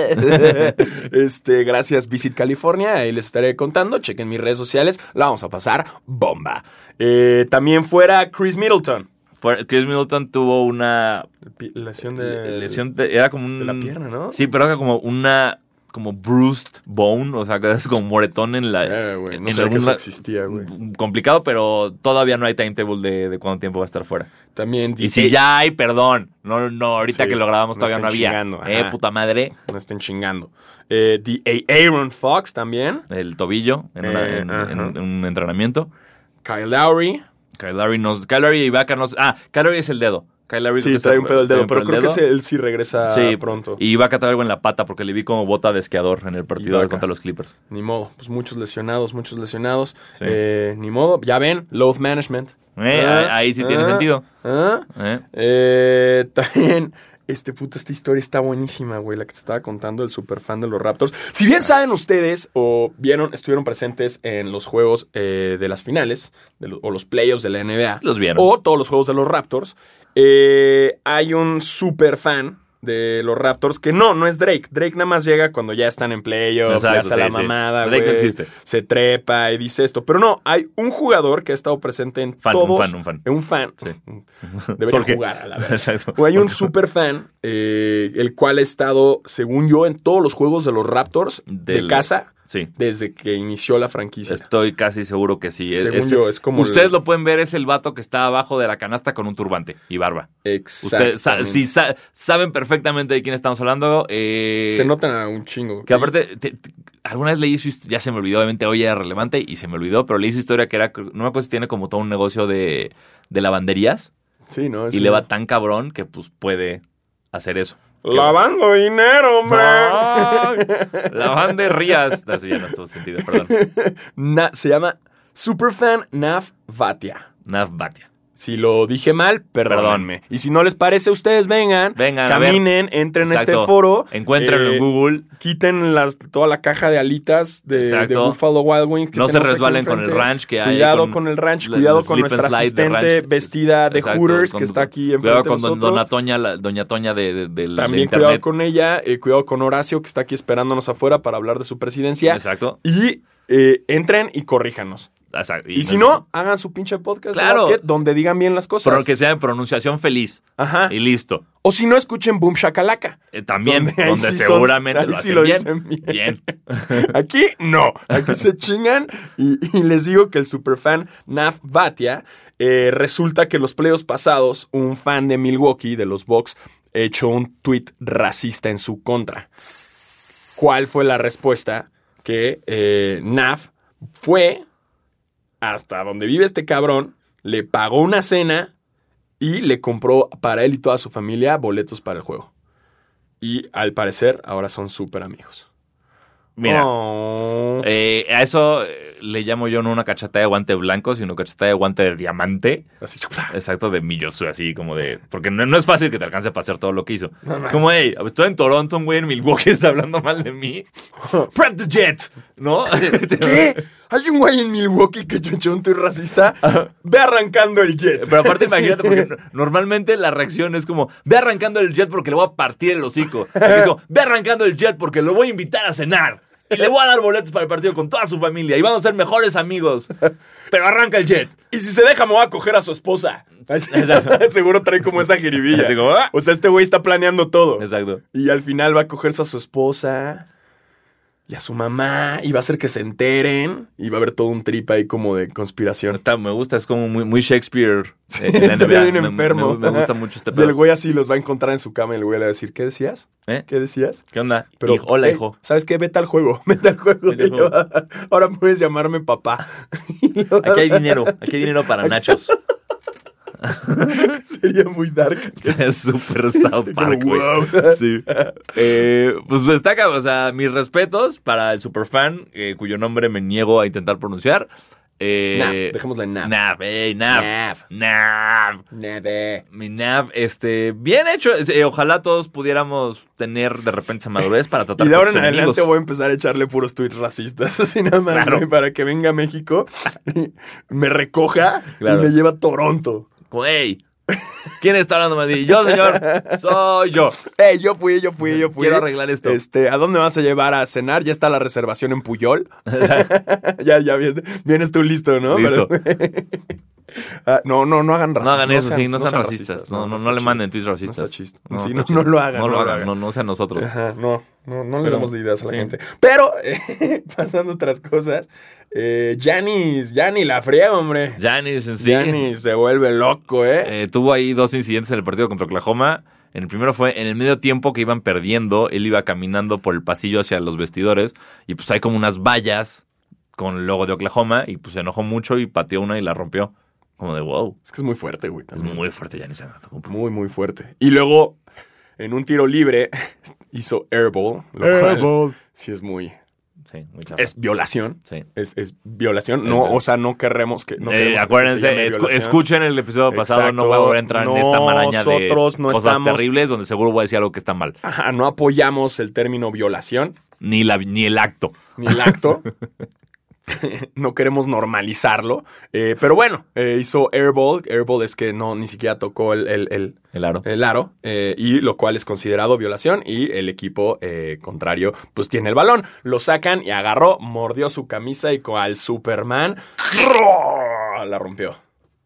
Pass.
este, gracias, Visit California. Ahí les estaré contando. Chequen mis redes sociales. La vamos a pasar bomba. Eh, también fuera Chris Middleton.
Fue- Chris Middleton tuvo una
Lesión
lesión, de- era como un...
de la pierna, ¿no?
Sí, pero era como una, como bruised bone, o sea, que es como moretón en la...
Eh, güey,
en
no sabía que
algún
eso
ra-
existía, güey.
Complicado, pero todavía no hay timetable de, de cuánto tiempo va a estar fuera.
También
Y si ya hay, perdón. No, no, ahorita
Sí,
que lo grabamos
no
todavía no
estén
había.
chingando,
eh,
ajá.
puta madre.
No estén chingando. Eh, D.A. Aaron Fox también.
El tobillo en, una-
Eh,
en-
ajá.
en- en un entrenamiento.
Kyle Lowry.
Kyle Lowry, nos, Kyle Lowry y Ibaka nos... Ah, Kyle Lowry es el dedo. Kyle Lowry creo
Sí,
que se-
trae un pedo al
trae
dedo,
un
pero
pedo al
creo que
dedo.
ese- él sí regresa
Sí,
pronto.
Y Ibaka trae algo en la pata porque le vi como bota de esquiador en el partido
Ibaka.
contra los Clippers.
Ni modo, pues muchos lesionados, muchos lesionados.
Sí.
Eh, ni modo, ya ven, load management.
Eh,
Ah,
ahí sí tiene
ah,
sentido.
ah.
¿eh?
Eh, también, este puto, esta historia está buenísima, güey, la que te estaba contando el superfan de los Raptors. Si bien saben ustedes o vieron, estuvieron presentes en los juegos eh, de las finales de lo- o los playoffs de la NBA.
Los vieron.
O todos los juegos de los Raptors. eh, hay un superfan de los Raptors que no, no es Drake. Drake nada más llega cuando ya están en playoffs,
Exacto,
ya hace la
sí, sí.
mamada,
Drake no
güey,
existe.
Se trepa y dice esto. Pero no, hay un jugador que ha estado presente en
Fan, un
todos.
fan, un fan.
Un fan.
¿Por
Debería
qué?
jugar a la verdad.
Exacto.
O hay un super fan, eh, el cual ha estado, según yo, en todos los juegos de los Raptors de
Del- Este,
casa
Sí.
desde que inició la franquicia.
Estoy casi seguro que sí.
Según yo, es como
Ustedes
el-
lo pueden ver, es el vato que está abajo de la canasta con un turbante y barba. Ustedes sa-
Exacto.
sí sa- saben perfectamente de quién estamos hablando. eh,
Se notan a un chingo.
Que aparte, te- te- alguna vez leí su historia, ya se me olvidó, obviamente hoy era relevante y se me olvidó, pero leí su historia que era, no me acuerdo si tiene como todo un negocio de, de lavanderías
Pues Sí, ¿no? Es
y le
un-
va tan cabrón que pues puede hacer eso.
Lavando dinero, hombre.
Ah. Lavanderías. Eso ya no estuvo sentido, perdón.
Na- se llama Superfan Naf Vatia.
Nav Bhatia.
Si lo dije mal, perdónenme. Y si no les parece, ustedes vengan,
Vengan, a ver.
caminen, entren a este
Exacto.
foro.
Encuéntrenlo
eh,
en Google.
quiten las, toda la caja de alitas de, de
Exacto.
Buffalo Wild Wings. que
No se
tenemos aquí
resbalen con
enfrente.
el ranch que hay.
Cuidado con, el ranch,
la-
cuidado
el
con
slip and
nuestra
slide de
asistente
ranch. pues,
vestida de
Exacto,
Hooters
con-
que está aquí enfrente
Cuidado
de
con don-
nosotros.
doña Toña, la- doña Toña de, de- del- de
También cuidado
internet.
con ella, eh, cuidado con Horacio que está aquí esperándonos afuera para hablar de su presidencia.
Exacto.
Y eh, entren y corríjanos.
exacto.
Y, si no, pues, hagan su pinche podcast de
Claro.
básquet donde digan bien las cosas.
Pero que sea en pronunciación feliz.
Ajá.
Y listo.
O si no, escuchen Boom Shakalaka.
Eh, también,
Donde ahí
donde
sí son-
seguramente
ahí
lo
sí
hacen
lo
bien.
dicen bien.
Bien.
Aquí no, aquí se chingan y, y les digo que el superfan Naf Batia eh, resulta que los playoffs pasados un fan de Milwaukee, de los Bucks, echó un tweet racista en su contra. ¿Cuál fue la respuesta? Que eh, Naf fue hasta donde vive este cabrón, le pagó una cena y le compró para él y toda su familia boletos para el juego. Y al parecer ahora son súper amigos.
Mira,
Oh.
eh, a eso eh, le llamo yo no una cachetada de guante blanco, sino cachetada de guante de diamante.
Así,
Exacto, de Miyosu, así como de. Porque no, no es fácil que te alcance para hacer todo lo que hizo. como, hey, estoy en Toronto, un güey en Milwaukee está hablando mal de mí. ¡Prep the jet! ¿No?
¿Qué? Hay un güey en Milwaukee que yo, yo no estoy racista. Ve arrancando el jet.
Pero aparte, imagínate, porque no- normalmente la reacción es como: ve arrancando el jet porque le voy a partir el hocico. Y eso, ve arrancando el jet porque lo voy a invitar a cenar. Y le voy a dar boletos para el partido con toda su familia. Y vamos a ser mejores amigos. Pero arranca el jet.
Y si se deja, me voy a coger a su esposa. Así-
Exacto.
Seguro trae como esa jiribilla.
Así como, ah.
O sea, este güey está planeando todo.
Exacto.
Y al final va a cogerse a su esposa y a su mamá y va a hacer que se enteren. Y va a haber todo un trip ahí como de conspiración.
Está- me gusta, es como muy, muy Shakespeare. eh, en la
Está
NBA.
bien
Me-
enfermo.
Me, me gusta mucho este
Y el
pedo.
güey así los va a encontrar en su cama y el güey le va a decir, ¿qué decías?
¿Eh?
¿Qué decías?
¿Qué onda?
Pero, eh,
Hijo- hola,
"Ey,
hijo.
¿Sabes qué? Vete al juego. Vete al juego.
Vete al
Y le va- Ahora puedes llamarme papá. Y le va a
Aquí hay
dar-
dinero. Aquí hay dinero para nachos.
Sería muy dark.
Es súper South
Sí,
Park,
como,
güey.
wow.
Sí. Eh, pues destaca, o sea, mis respetos para el superfan, eh, cuyo nombre me niego a intentar pronunciar. Eh,
Nav, dejémosla en Nav.
Nav, ey, Nav.
Nav.
Nav.
Neve.
Mi Nav, este, bien hecho. Es- eh, ojalá todos pudiéramos tener de repente esa madurez para tratar
Y de
con
ahora en
tus
adelante
enemigos.
voy a empezar a echarle puros tweets racistas, así nada más,
Claro.
güey, para que venga a México y me recoja
Claro.
y me lleva a Toronto.
Como, "Ey, ¿quién está hablando más de mí? Yo, señor, soy yo.
Eh, yo fui, yo fui, yo pues. fui.
Quiero arreglar esto.
Este, ¿a dónde vas a llevar a cenar? Ya está la reservación en Puyol. ya, ya vienes, vienes tú listo, ¿no?
Listo.
Pero- Ah, no, no, no hagan
No
racistas.
hagan eso, sí, no sean racistas. No, no, no
está
le
chido.
manden tweets racistas.
No está chis-
No,
sí,
está
no,
chido.
no lo hagan,
No lo
no lo
hagan,
hagan.
no, no sean nosotros.
Ajá, no, no, no le
Pero-
damos de ideas a la
sí.
gente. Pero, eh, pasando a otras cosas, eh, Janis, Janis la fría, hombre.
Janis en sí.
Janis se vuelve loco, ¿eh?
eh, tuvo ahí dos incidentes en el partido contra Oklahoma. En el primero fue en el medio tiempo que iban perdiendo, él iba caminando por el pasillo hacia los vestidores y pues hay como unas vallas con el logo de Oklahoma y pues se enojó mucho y pateó una y la rompió. Como de wow,
Es que es muy fuerte, güey.
es muy fuerte Giannis Antetokounmpo.
Muy, muy fuerte. Y luego, en un tiro libre, hizo airball. lo cual Sí, es muy...
Sí, muy chafa.
Es violación.
Sí.
Es, es violación.
Es
No,
violación.
o sea, no queremos que... no
Eh,
queremos que se llame
acuérdense, escu-
violación.
escuchen el episodio pasado, no
Exacto.
voy a volver a entrar en esta maraña de
Nosotros no
cosas
estamos-
terribles donde seguro voy a decir algo que está mal.
Ajá, no apoyamos el término violación.
Ni, la, ni el acto.
ni el acto. no queremos normalizarlo. Eh, pero bueno, eh, hizo airball. Airball es que no, ni siquiera tocó el, el- el-
El aro.
el aro, eh, y lo cual es considerado violación. Y el equipo eh, contrario, pues tiene el balón. Lo sacan y agarró, mordió su camisa y al Superman ¡ruah! la rompió.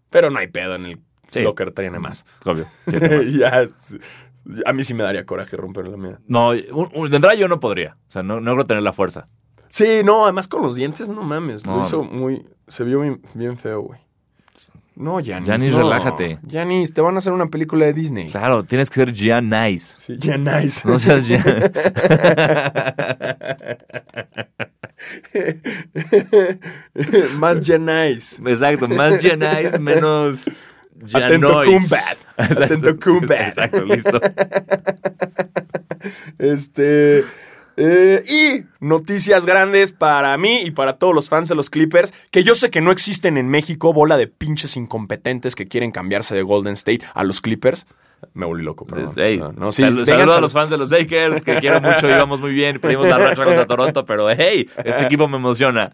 Pero no hay pedo en el
Sí.
locker, tiene más.
Obvio. sí, no más.
Ya, a mí sí me daría coraje romper la mía.
No, un- un- de entrada yo no podría. O sea, no, no creo tener la fuerza.
Sí, no, además con los dientes, no mames.
No,
Lo hizo
no.
muy. Se vio bien, bien feo, güey. No, Janis.
Janis,
no.
relájate.
Janis, te van a hacer una película de Disney.
Claro, tienes que ser ya nice.
Sí, Janis.
No seas ya.
Más Janis.
Exacto, más ya nice, menos. ya
Atento
nice.
combat.
Exacto.
Atento combat.
Exacto, listo.
Este. eh, y noticias grandes para mí y para todos los fans de los Clippers, que yo sé que no existen en México, bola de pinches incompetentes que quieren cambiarse de Golden State a los Clippers. Me volví loco, perdón.
Entonces, hey,
No, no, sí,
sal-
vénganse
saludo a los fans de los Lakers, que quiero mucho, íbamos muy bien, perdimos la racha contra Toronto, pero hey, este equipo me emociona.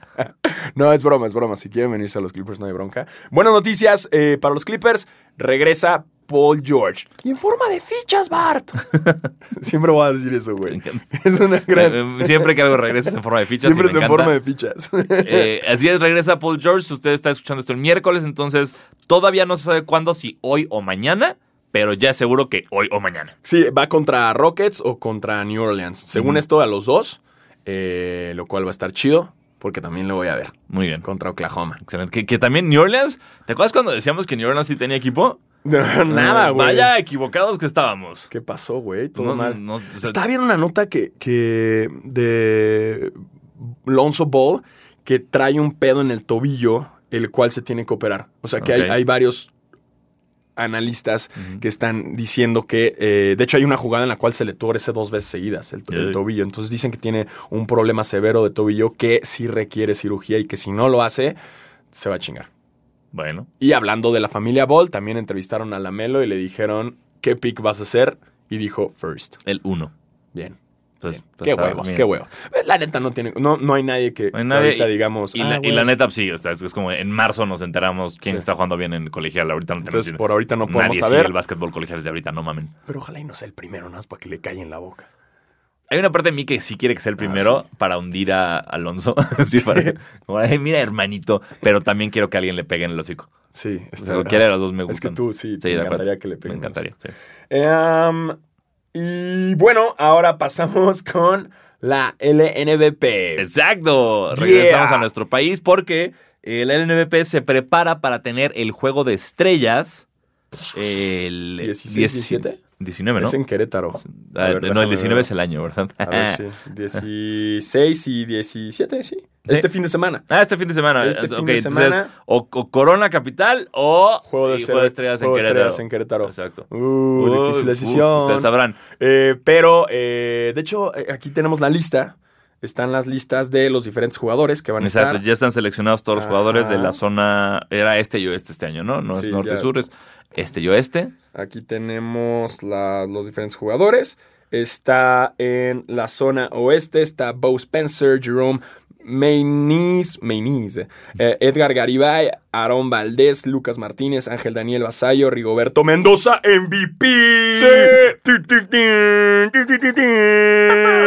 No, es broma, es broma. Si quieren venirse a los Clippers, no hay bronca. Buenas noticias eh, para los Clippers. Regresa Paul George. Y en forma de fichas, Bart. Siempre voy a decir eso, güey. Es una gran...
Eh, eh, Siempre que algo regreses en forma de fichas,
Siempre
y
es
me
en
encanta.
forma de fichas.
Eh, así es, regresa Paul George. Si Usted está escuchando esto el miércoles, entonces todavía no se sabe cuándo, si hoy o mañana, pero ya es seguro que hoy o mañana.
Sí, va contra Rockets o contra New Orleans. Según esto, a los dos. eh, lo cual va a estar chido, porque también lo voy a ver.
Muy bien.
Contra Oklahoma.
Excelente. Que, que también New Orleans, ¿te acuerdas cuando decíamos que New Orleans sí tenía equipo?
Nada,
Eh,
güey.
Vaya equivocados que estábamos.
¿Qué pasó, güey? Todo
No,
mal.
no, o sea,
Estaba viendo una nota que, que de Lonzo Ball que trae un pedo en el tobillo, el cual se tiene que operar. O sea que hay,
Ok.
hay varios. analistas que están diciendo que, eh, de hecho, hay una jugada en la cual se le torce dos veces seguidas el, el
Ey.
tobillo. Entonces dicen que tiene un problema severo de tobillo que sí requiere cirugía y que si no lo hace, se va a chingar.
Bueno,
Y hablando de la familia Ball, también entrevistaron a Lamelo y le dijeron, ¿qué pick vas a hacer? Y dijo, first.
el 1.
Bien.
Entonces,
bien. Qué
está
huevos,
bien.
qué huevos. La neta no tiene, no, no hay nadie que
No hay nadie
ahorita
y-
digamos.
Y,
"Ah,
la, y
güey".
la neta, pues, sí, o sea, es, es como en marzo nos enteramos quién
Sí.
está jugando bien en colegial. Ahorita no tenemos
Entonces
idea.
por ahorita no podemos
Nadie sigue
saber.
el básquetbol colegial de ahorita, no mamen.
Pero ojalá y no sea el primero, nada más para que le calle en la boca.
Hay una parte de mí que sí quiere
Ah,
que sea el primero para hundir a Alonso. sí, para- como, "Ay, mira, hermanito. Pero también quiero que alguien le pegue en el hocico.
Sí,
O
está
sea, cualquiera de los dos me gusta.
Es que tú sí,
Sí,
te
de acuerdo.
encantaría que le
Me
peguen.
encantaría. sí.
Eh, um, y bueno, ahora pasamos con la LNBP.
Exacto.
Yeah.
Regresamos a nuestro país porque el LNBP se prepara para tener el juego de estrellas el
16, 17?
19, ¿no?
Es en Querétaro.
Ah,
A ver,
no,
déjame
el 19
ver.
es el año, ¿verdad?
A ver, sí. 16 y 17, sí.
Sí.
Este fin de semana.
Ah, este fin de semana.
Este fin
Ok,
de
entonces,
semana.
O, o Corona Capital o
Juego de,
y
cere-
Estrellas
Juego
en
de
Querétaro.
Estrellas en Querétaro.
Exacto.
Uh,
Uy,
difícil
uf,
decisión.
ustedes sabrán.
Eh, pero, eh, de hecho, eh, aquí tenemos la lista. Están las listas de los diferentes jugadores que van a
Exacto,
estar.
ya están seleccionados todos los jugadores
Ajá.
de la zona. Era este y oeste este año, ¿no? No es
Sí,
norte
ya.
y sur, es este y oeste.
Aquí tenemos la- los diferentes jugadores. Está en la zona oeste, está Bo Spencer, Jerome Mayniz, Mayniz, eh, Edgar Garibay, Aarón Valdés, Lucas Martínez, Ángel Daniel Basayo, Rigoberto Mendoza, MVP. Tu, tu, tin, tu, tu, tu, tin.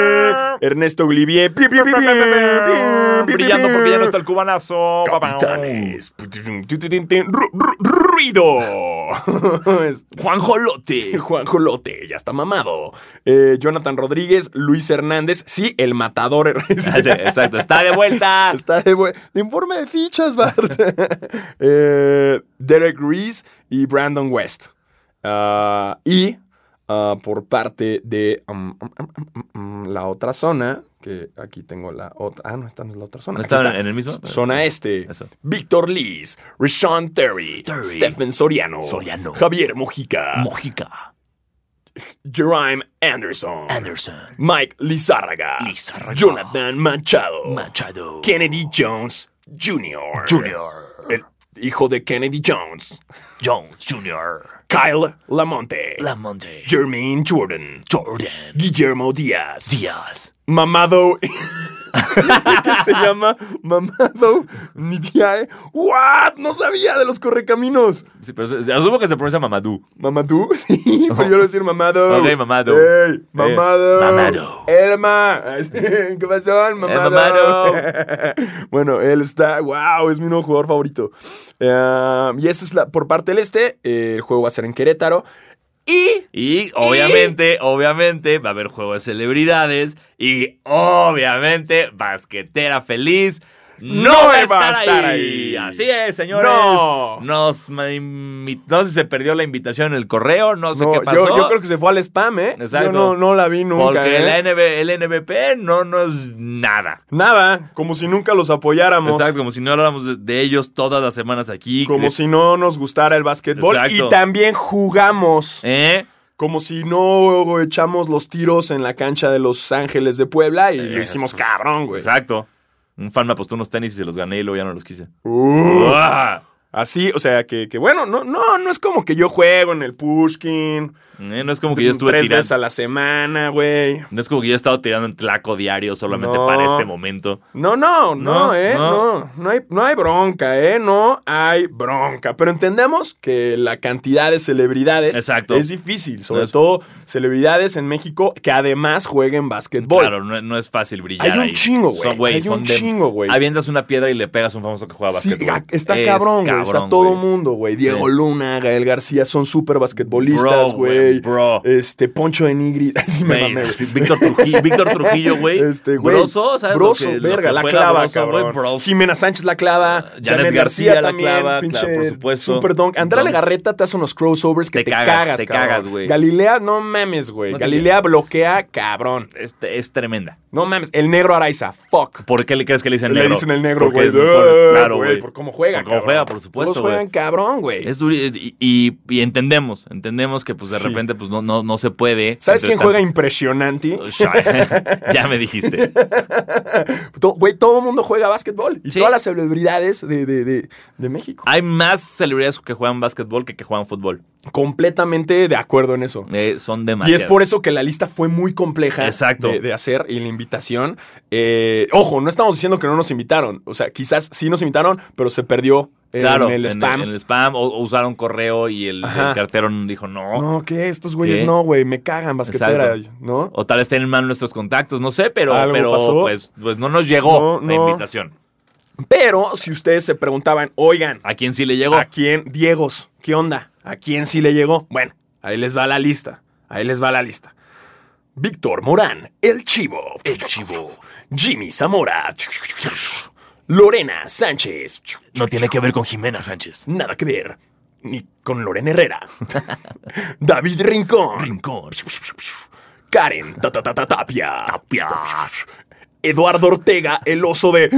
Ernesto Glivier. Pi, pi, pi, pi, pi, pi,
Brillando
pi.
porque ya no está el cubanazo.
Capitanes. Tu, tu, tin, tin. Ru- ru- Ruido. Es-
Juan Jolote.
Juan Jolote, ya está mamado. Eh, Jonathan Rodríguez, Luis Hernández, sí, el matador.
Ah, sí, Exacto, está de vuelta.
Está de buen. de Informe de fichas, Bart. Eh, Derek Reese y Brandon West. Ah, y ah, por parte de um, um, um, um, um, la otra zona, que aquí tengo la otra. Ah, no, esta no es la otra zona.
¿No
Aquí
estaban en el mismo?
Zona este.
Eso.
Víctor Liz, Rishon Terry,
Terry.
Stephen Soriano,
Soriano.
Javier Mojica,
Mojica.
Jerome Anderson.
Anderson.
Mike Lizárraga.
Lizárraga.
Jonathan Machado.
Machado.
Kennedy Jones Jr. El hijo de Kennedy Jones.
Jones Jr.
Kyle Lamonte.
Lamonte.
Jermaine Jordan.
Jordan.
Guillermo Díaz.
Díaz.
Mamado. ¿Qué se llama? Mamado Nidiae. ¿What? No sabía de los correcaminos.
Sí, pero se- asumo que se pronuncia Mamadou.
¿Mamadou? Sí, pero yo lo decir mamado.
Ok, mamado. Eh,
Ey, mamado.
mamado. Eh,
Elma. ¿Qué pasó, mamado?
mamado.
bueno, él está, wow, es mi nuevo jugador favorito. Eh, y esa es la, por parte del este, eh, el juego va a ser en Querétaro. Y
Y obviamente, obviamente, va a haber juego de celebridades. Y obviamente, basquetera feliz. No, va a estar, ahí. Así es, señores.
No.
Nos ma- invi- no sé si se perdió la invitación en el correo, no sé
no,
qué
yo-
pasó.
Yo, creo que se fue al spam, ¿eh?
Exacto.
Yo no, no la vi nunca.
porque
¿eh?
la NB el NBP no nos nada.
Nada, como si nunca los apoyáramos.
Exacto, como si no habláramos de, de ellos todas las semanas aquí.
Como si no nos gustara el básquetbol.
Exacto.
Y también jugamos.
¿Eh?
Como si no echamos los tiros en la cancha de Los Ángeles de Puebla y le hicimos cabrón, güey.
Exacto. Un fan me apostó unos tenis y se los gané y luego ya no los quise. Ah.
Uh,
¡Uah!
así, o sea, que, que bueno, no, no, no es como que yo juego en el Pushkin
Eh, No es como que yo estuve
tres
tirando.
veces a la semana, güey.
No es como que yo he estado tirando en tlaco diario solamente
No.
para este momento.
No, no, no,
No,
eh, no.
no.
No, hay, no hay bronca, eh, no hay bronca. Pero entendemos que la cantidad de celebridades
Exacto.
es difícil, sobre
No es-
todo celebridades en México que además jueguen básquetbol.
Claro, no, no es fácil brillar.
Hay un
ahí.
chingo, güey.
Son,
Hay un
son de-
chingo, güey.
Avientas una piedra y le pegas a un famoso que juega
Sí,
basquetbol.
a- está
Es
cabrón, güey. Está
cabrón,
todo
güey.
mundo, güey. Diego
Sí.
Luna, Gael García son súper
Bro,
basquetbolistas,
güey.
güey.
Bro.
Este, Poncho de Nigris. Ay, sí me
Güey,
mamé, güey.
sí, Víctor Trujillo, Víctor Trujillo, güey.
Este, güey.
Broso, ¿sabes? lo
Broso,
que- lo
verga,
que
la
juega
clava,
Broso,
cabrón.
güey, bro. Ah,
Jimena Sánchez la clava. Janet, García, la clava. Pinche
claro, por supuesto.
Super dunk. Andrea
Dunk.
Legarreta te hace unos crossovers que te,
Te cagas,
cagas,
te
cabrón.
cagas, güey.
Galilea, no mames, güey.
No te
Galilea bloquea, cabrón.
Es, es tremenda.
No mames. El negro Araiza, fuck. Rock.
¿Por qué le crees que le dicen
Le
negro?
dicen el negro,
Porque
güey.
es mejor, Claro, güey.
Por cómo juega.
Por cómo
cabrón.
juega, por supuesto,
Todos juegan
güey.
cabrón, güey.
Es duri- es- y, y- y entendemos, entendemos que pues de
Sí.
repente pues no, no, no se puede.
¿Sabes quién juega
Entre
impresionante?
tanto- Shai. ya me dijiste.
To- Güey, todo el mundo juega básquetbol. Y
Sí.
todas las celebridades de, de, de, de México.
Hay más celebridades que juegan básquetbol que que juegan fútbol.
Completamente de acuerdo en eso.
Eh, son
Y
demasiadas.
es por eso que la lista fue muy compleja
Exacto.
De, de hacer y la invitación. eh, ojo, no estamos diciendo que no nos invitaron. O sea, quizás sí nos invitaron, pero se perdió en
Claro,
el spam.
En, el spam o, o usaron correo y el, el
Ajá.
cartero dijo no.
No, que estos güeyes
¿Qué?
no, güey, me cagan basquetera, ¿no?
O tal vez tienen mal nuestros contactos, no sé, pero,
Algo
pero
pasó.
pues, pues no nos llegó
No,
la
no.
invitación.
Pero si ustedes se preguntaban, oigan,
¿A quién sí le llegó?
¿a quién? Diegos, ¿qué onda? ¿A quién sí le llegó? Bueno, ahí les va la lista. Ahí les va la lista. Víctor Morán, El Chivo. El Chivo. Jimmy Zamora. Lorena Sánchez.
No tiene que ver con Jimena Sánchez.
Nada que ver. Ni con Lorena Herrera. David Rincón.
Rincón.
Karen ta- ta- ta- ta- Tapia. Eduardo Ortega, el oso de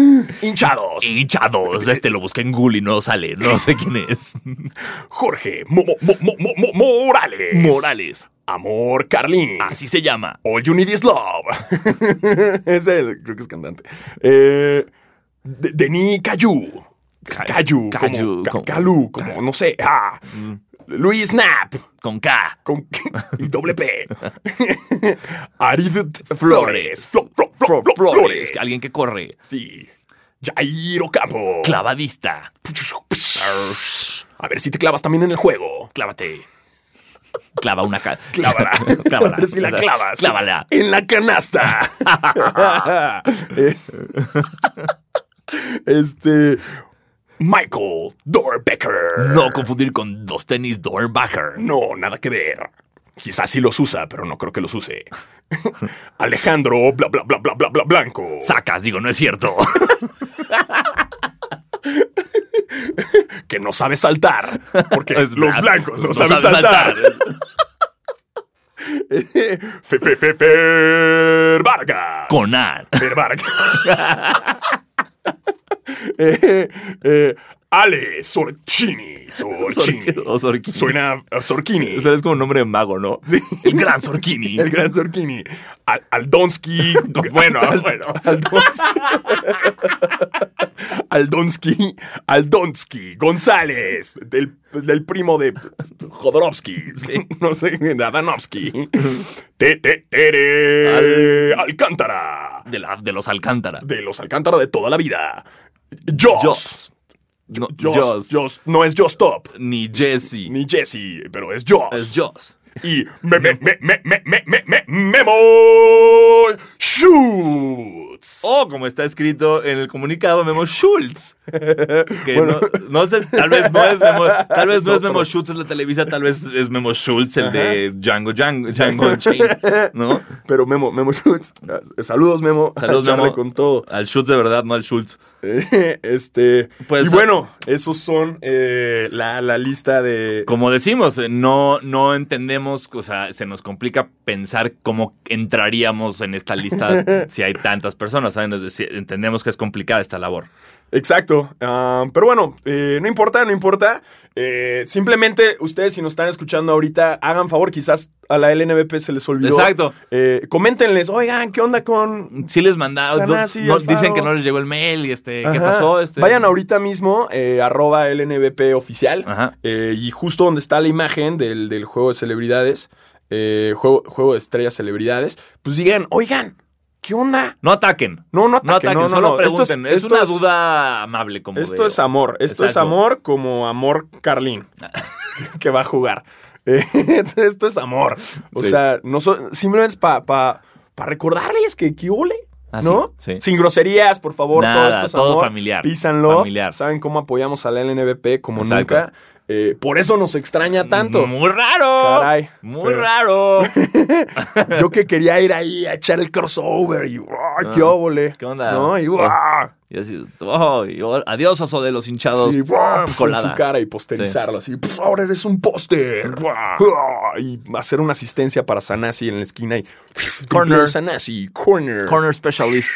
hinchados.
Hinchados. Este lo busqué en Google y no sale. No sé quién es.
Jorge Mo- Mo- Mo- Mo- Mo- Mo- Morales.
Morales.
Amor Carlín.
Así se llama.
All You Need Is Love. es él, creo que es cantante. Eh, De- Denis Cayu.
Ca-
Cayu.
Cayu,
Cayu.
como- Mm.
Calú, como no sé. Ah. Luis Knapp.
Con K.
Con y doble P. Arid Flores. Flo- flo- flo- flo- Flores.
Alguien que corre.
Sí. Jair Ocampo.
Clavadista.
A ver si te clavas también en el juego.
Clávate. Clava una ca-
Clávala.
Clávala.
A ver si la
O sea,
clavas.
Clávala. Ah.
En la canasta. Es- Eh, este. Michael Dorbecker.
No confundir con dos tenis Dornbacher.
No, nada que ver. Quizás sí los usa, pero no creo que los use. Alejandro, bla, bla, bla, bla, bla, bla, blanco.
Sacas, digo, no es cierto.
que no sabe saltar. Porque
Es
los
verdad.
blancos no,
No
saben
saben
saltar.
saltar.
Fe- fe- fe- Fer Vargas.
Conan.
Fer Vargas. eh, eh, Ale Sorchini. Sorchini.
O Sorchini.
Suena a Sorchini.
Eso es como nombre de mago, ¿no? El gran Sorkini.
El gran Sorkini. Al- Aldonsky. bueno, bueno. Aldonsky. Aldonsky. Aldonsky. González. Del, del primo de Jodorowsky. No sé, de Adanovsky. Te, te, tere. Alcántara.
De, la- de los Alcántara.
De los Alcántara de toda la vida. Joss.
Joss. No,
Joss.
Joss.
Joss. No es Joss Top.
Ni Jesse.
Ni Jesse, pero es Joss.
Es Joss.
Y me, me, me, me, me, me, me, me, Memo Schutz.
O, como está escrito en el comunicado, Memo Schultz. Que no, no sé, tal vez no es Memo, tal vez no es Memo Schultz es la Televisa, tal vez es Memo Schultz el de Django, Django, Django Unchained, ¿no?
Pero Memo, Memo Schultz. eh, Saludos, Memo.
Saludos,
Charla
Memo.
con todo.
Al Schultz de verdad, no al Schultz.
Eh, Este.
Pues,
y bueno, esos son eh, la, la lista de.
Como decimos, eh, no, no entendemos, o sea, se nos complica pensar cómo entraríamos en esta lista si hay tantas personas, ¿saben? Es decir, entendemos que es complicada esta labor.
Exacto. Ah, pero bueno, eh, no importa, no importa. Eh, simplemente ustedes, si nos están escuchando ahorita, hagan favor, quizás a la LNBP se les olvidó.
Exacto.
Eh, coméntenles, oigan, ¿qué onda con
Sí les mandaron, no-
Sanasi,
no-
Alfaro.
dicen que no les llegó el mail y este, ¿qué
Ajá.
pasó? Este,
Vayan ahorita mismo, eh, arroba LNBP oficial.
Ajá.
eh, y justo donde está la imagen del, del juego de celebridades, eh, juego, juego de estrellas celebridades, pues digan, oigan, ¿qué onda?
No ataquen.
No, no ataquen,
No ataquen,
no, no,
solo
no. Esto es-
pregunten. es,
esto
una
es-
duda amable como
Esto
de-
es amor, esto es
Exacto.
amor como amor Carlín, que va a jugar. Eh, esto es amor. O
Sí.
sea, no so- simplemente es para recordarles que qué ole,
Ah, sí,
¿no?
sí.
Sin groserías, por favor. todo
Nada,
esto es
todo
amor.
familiar,
Písanlo.
familiar.
Saben cómo apoyamos a la LNBP como
Exacto.
nunca. Eh, por eso nos extraña tanto.
Muy raro.
Caray,
Muy
pero-
raro.
Yo que quería ir ahí a echar el crossover y ¡guau, qué
Ah,
óvole!
¿qué onda? Eh,
¿No? Y ¡guau!
Y así, oh, y- oh, adiós, oso de los hinchados.
Sí, ¡guau! Pf, en
Colada.
su cara y posterizarlo así. "Pf, ahora eres un póster. ¡guau! ¡guau! Y hacer una asistencia para Sanasi en la esquina y.
Corner.
Sanasi, corner.
Corner specialist.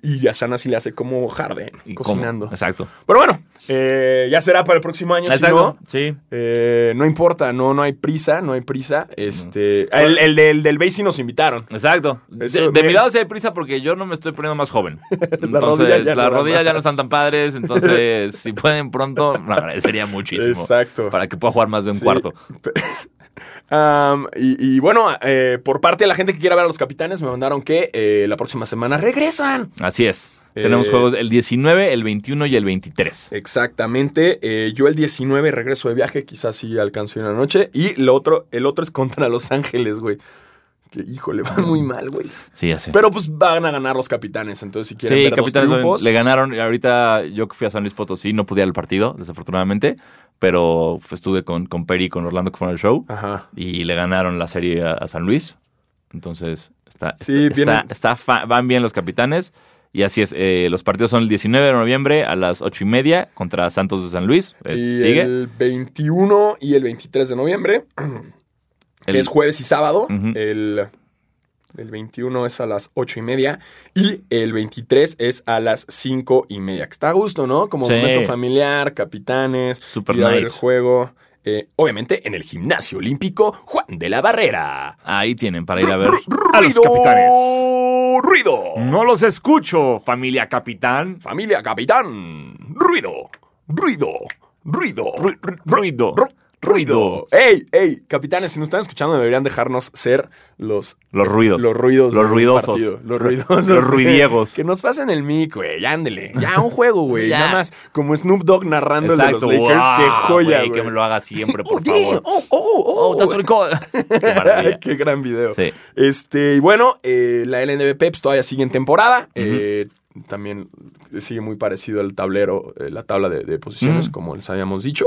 Y a Sana sí le hace como Harden,
Y cómo.
cocinando.
Exacto.
Pero bueno, eh, ya será para el próximo año. Si
Exacto.
no,
Sí.
eh, no importa, no, no hay prisa, no hay prisa. Este, el, el del, del Bay sí nos invitaron.
Exacto.
Eso,
de de mi
mira.
lado sí hay prisa porque yo no me estoy poniendo más joven. Entonces, las
rodilla
rodillas ya,
ya nada más.
no están tan padres. Entonces, si pueden pronto, me agradecería muchísimo.
Exacto.
Para que pueda jugar más de un
Sí.
cuarto.
Am, y, y bueno, eh, por parte de la gente que quiera ver a los capitanes, me mandaron que eh, la próxima semana regresan.
Así es.
Eh,
Tenemos juegos el 19, el 21 y el 23.
Exactamente. eh, yo el 19 regreso de viaje, quizás sí alcanzo una noche. Y lo otro, el otro es contra Los Ángeles, güey. Que híjole, va muy mal, güey.
Sí, ya sé.
Pero pues van a ganar los capitanes. Entonces, si quieren
Sí,
ver los
Capitanes
triunfos,
le ganaron. Ahorita yo que fui a San Luis Potosí no pude ir al partido, desafortunadamente. Pero pues, estuve con, con Perry y con Orlando que fueron al show.
Ajá.
Y le ganaron la serie a, a San Luis. Entonces, está,
Sí,
está-
tienen-
está- está fa- van bien los capitanes. Y así es, eh, los partidos son el 19 de noviembre a las 8 y media contra Santos de San Luis. Eh,
y
¿Sigue?
el 21 y el 23 de noviembre,
El-
que es jueves y sábado.
Ujú.
el, el 21 es a las 8 y media y el 23 es a las 5 y media. Que está a gusto, ¿no? Como
Sí.
momento familiar, capitanes,
Super
ir a ver el
nice.
juego. Eh, obviamente en el gimnasio olímpico Juan de la Barrera.
Ahí tienen para ir a ver a los
¡Ruido!
capitanes.
¡Ruido!
No los escucho, familia capitán.
Familia Capitán. ¡Ruido! ¡Ruido! ¡Ruido!
Ru- ru- Ruido.
Ru- ¡Ruido! ¡Ey, ey! Capitanes, si nos están escuchando, deberían dejarnos ser los
Los ruidos.
Los ruidos.
Los
del
ruidosos.
partido. Los ruidosos.
Los ruidiegos.
Que nos pasen el mic, güey. Ya, ándele. Ya, un juego, güey.
Ya.
Nada más. Como Snoop Dogg narrando
Exacto.
el de los Lakers.
Guau,
¡Qué joya,
güey,
güey!
Que me lo haga siempre, por
Oh, yeah.
favor.
Oh, oh, oh.
Oh, that's record. Qué maravilla.
¡Qué gran video!
eh. Sí.
Este, y bueno, eh, la LNB Peps todavía sigue en temporada. Eh, también sigue muy parecido al tablero, eh, la tabla de, de posiciones,
Ujú.
como les habíamos dicho.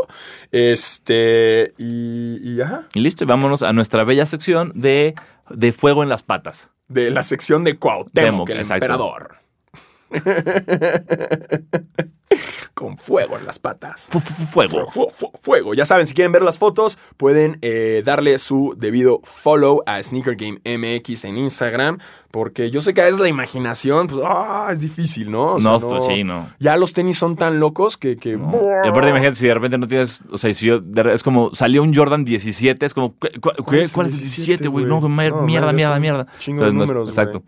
Este, y, y ajá,
Y listo, y vámonos a nuestra bella sección de, de fuego en las patas.
de la sección de Cuauhtémoc,
Temoc,
el
exacto.
emperador. Con fuego en las patas.
Fu- fu- fu- Fuego.
Fu- fu- Fuego. Ya saben, si quieren ver las fotos, pueden eh, darle su debido follow a Sneaker Game MX en Instagram, porque yo sé que a veces la imaginación, pues, ah, es difícil, ¿no? O sea,
No, pues sí, no.
Ya los tenis son tan locos que... que
Y aparte, imagínate, si de repente no tienes. O sea, si yo. de re- es como. Salió un Jordan 17. Es como. ¿cu- cu- ¿Cuál,
es el
es el 17, güey? No,
güey?
ma-
No,
mierda,
madre,
mierda,
son
mierda.
chingo de
Entonces, no es-
números,
Exacto.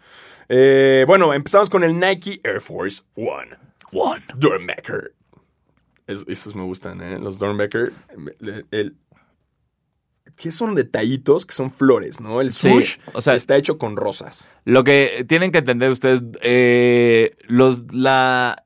Eh, bueno, empezamos con el Nike Air Force One. One. Dornbecker. Es- esos me gustan, ¿eh? Los Dornbecker. El, el- que son detallitos que son flores, ¿no? El
Sí,
swoosh
o sea-
está hecho con rosas.
Lo que tienen que entender ustedes. eh, los. La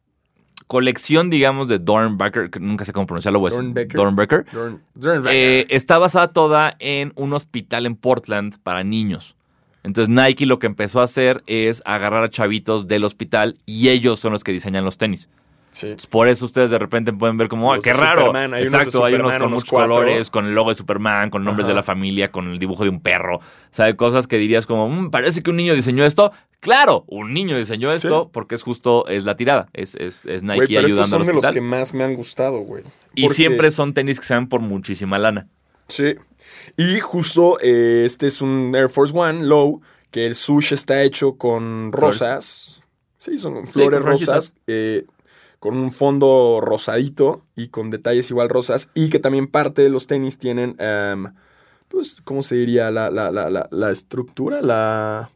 colección, digamos, de Dornbecker. que Nunca sé cómo pronunciarlo, güey. es
Dornbecker.
Dornbecker.
Dorn,
Eh,
Dornbecker.
está basada toda en un hospital en Portland para niños. Entonces Nike lo que empezó a hacer es agarrar a chavitos del hospital y ellos son los que diseñan los tenis.
sí.
Entonces, por eso ustedes de repente pueden ver como, "Ah,
Los
qué
de
raro.
Superman, hay unos de
Exacto, hay unos
Superman,
con
unos
muchos
cuatro.
colores, con el logo de Superman, con nombres
Ajá.
de la familia, con el dibujo de un perro. O sea, cosas que dirías como, "Mm, parece que un niño diseñó esto. Claro, un niño diseñó esto
Sí.
porque es justo, es la tirada. Es, es- es Nike
Güey, pero
ayudando
estos son
al
de los
hospital.
que más me han gustado, güey.
Y
Porque-
siempre son tenis que sean por muchísima lana.
Sí. Y justo eh, este es un Air Force One Low, que el sush está hecho con
Flores.
rosas. Sí, son
Sí, con
flores rosas.
florecitas.
eh, con un fondo rosadito y con detalles igual rosas. Y que también parte de los tenis tienen, em, pues, ¿cómo se diría? La, la, la, la, la estructura, la...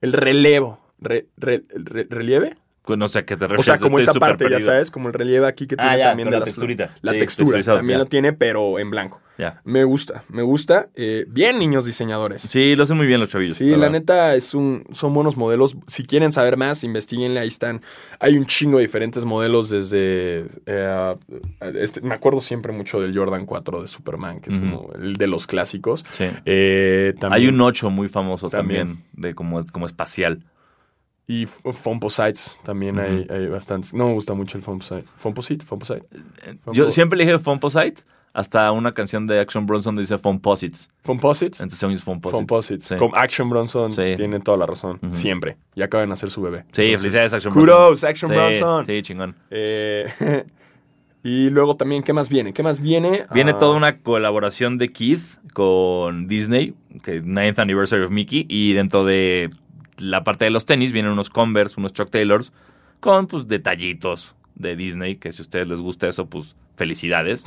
El relevo. Re- re- el re- ¿Relieve?
Pues No sé a qué te refieres.
O sea, como
estoy
esta
súper
parte, ya
perdido.
sabes, como el relieve aquí que tiene
Ah, ya,
también
con
de
la
las fl-
texturita.
La
Sí,
textura
texturizado,
también
ya.
lo tiene, pero en blanco.
Ya.
Me gusta, me gusta. Eh, bien, niños diseñadores. Sí,
Sí, lo hacen muy bien los chavillos.
la
verdad.
neta es un, son buenos modelos. Si quieren saber más, investiguenle, ahí están. Hay un chingo de diferentes modelos desde... eh, este- me acuerdo siempre mucho del Jordan 4 de Superman, que es
Ujú.
como el de los clásicos.
Sí.
Eh, también,
Hay un 8 muy famoso también,
También.
de como, como espacial.
Y F- Fomposites, también hay, hay bastantes. No me gusta mucho el Fomposite. Fomposite, Fomposite.
Yo siempre le dije Fomposite, hasta una canción de Action Bronson dice Fomposites.
Fomposites.
Entonces según yo es Fomposite.
Fomposites.
Sí.
Con Action Bronson
Sí.
tiene toda la razón.
Ujú.
Siempre. Y acaban de hacer su bebé.
Sí,
Entonces,
felicidades Action Bronson.
Kudos, Action
Sí,
Bronson.
Sí, chingón.
Eh, y luego también, ¿qué más viene? ¿Qué más viene?
Viene
Ah,
toda una colaboración de Keith con Disney, que Ninth Anniversary of Mickey, y dentro de la parte de los tenis vienen unos Converse, unos Chuck Taylors, con pues detallitos de Disney, que si a ustedes les gusta eso, pues felicidades.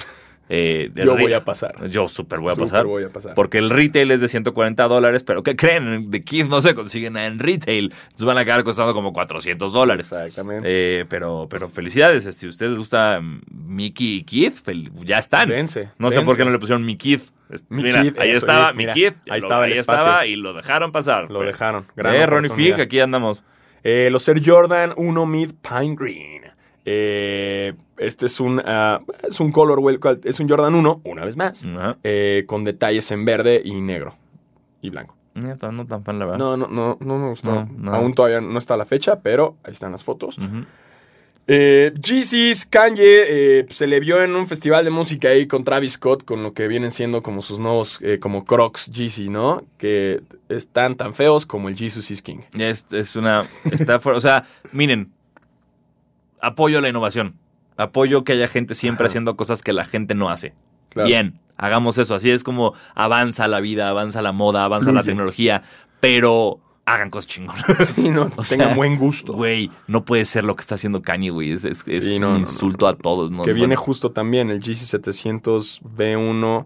Eh, del
Yo voy
retail.
a pasar.
Yo súper voy a
Súper
pasar.
voy a pasar.
Porque el retail es de 140 dólares, pero ¿qué creen? De Kids no se consiguen en retail. Entonces van a acabar costando como 400 dólares.
Exactamente.
Eh, pero, pero felicidades. Si a ustedes les gusta mm, Mickey y Kid, fel- ya están.
Dense,
no sé
dense.
por qué no le pusieron Mi Kid. Es-
Mi
mira,
Kid,
ahí
eso,
estaba
y-
Mi
mira,
Kid.
ahí
lo-
estaba el
ahí
espacio.
estaba y lo dejaron pasar.
Lo
Pero-
dejaron. Gran
eh, Ronnie
oportunidad.
Fick, aquí andamos.
Eh, los Air Jordan 1 Mid Pine Green. Eh, este es un, ah, es un colorway, cual- es un Jordan 1, una vez más,
Ajá.
eh, con detalles en verde y negro y blanco.
Neta, no tan fan, la verdad.
No, no, no, no me gustó.
Ah. No, no.
Aún todavía no está la fecha, pero ahí están las fotos.
Ujú.
Eh, Yeezys, Kanye, eh, se le vio en un festival de música ahí con Travis Scott, con lo que vienen siendo como sus nuevos, eh, como Crocs Yeezy, ¿no? Que están tan feos como el Jesus is King.
Es, es una. Está fuera. O sea, miren. Apoyo la innovación. Apoyo que haya gente siempre
Ajá.
haciendo cosas que la gente no hace.
Claro.
Bien, hagamos eso. Así es como avanza la vida, avanza la moda, avanza la
Fluye.
tecnología. Pero hagan cosas chingonas.
Sí, no,
O
tengan
sea,
buen gusto.
Güey, no puede ser lo que está haciendo Kanye, güey. Es, es- es
Sí, no,
un
no,
insulto a todos. ¿no?
que viene
Bueno,
justo también el GC700 V1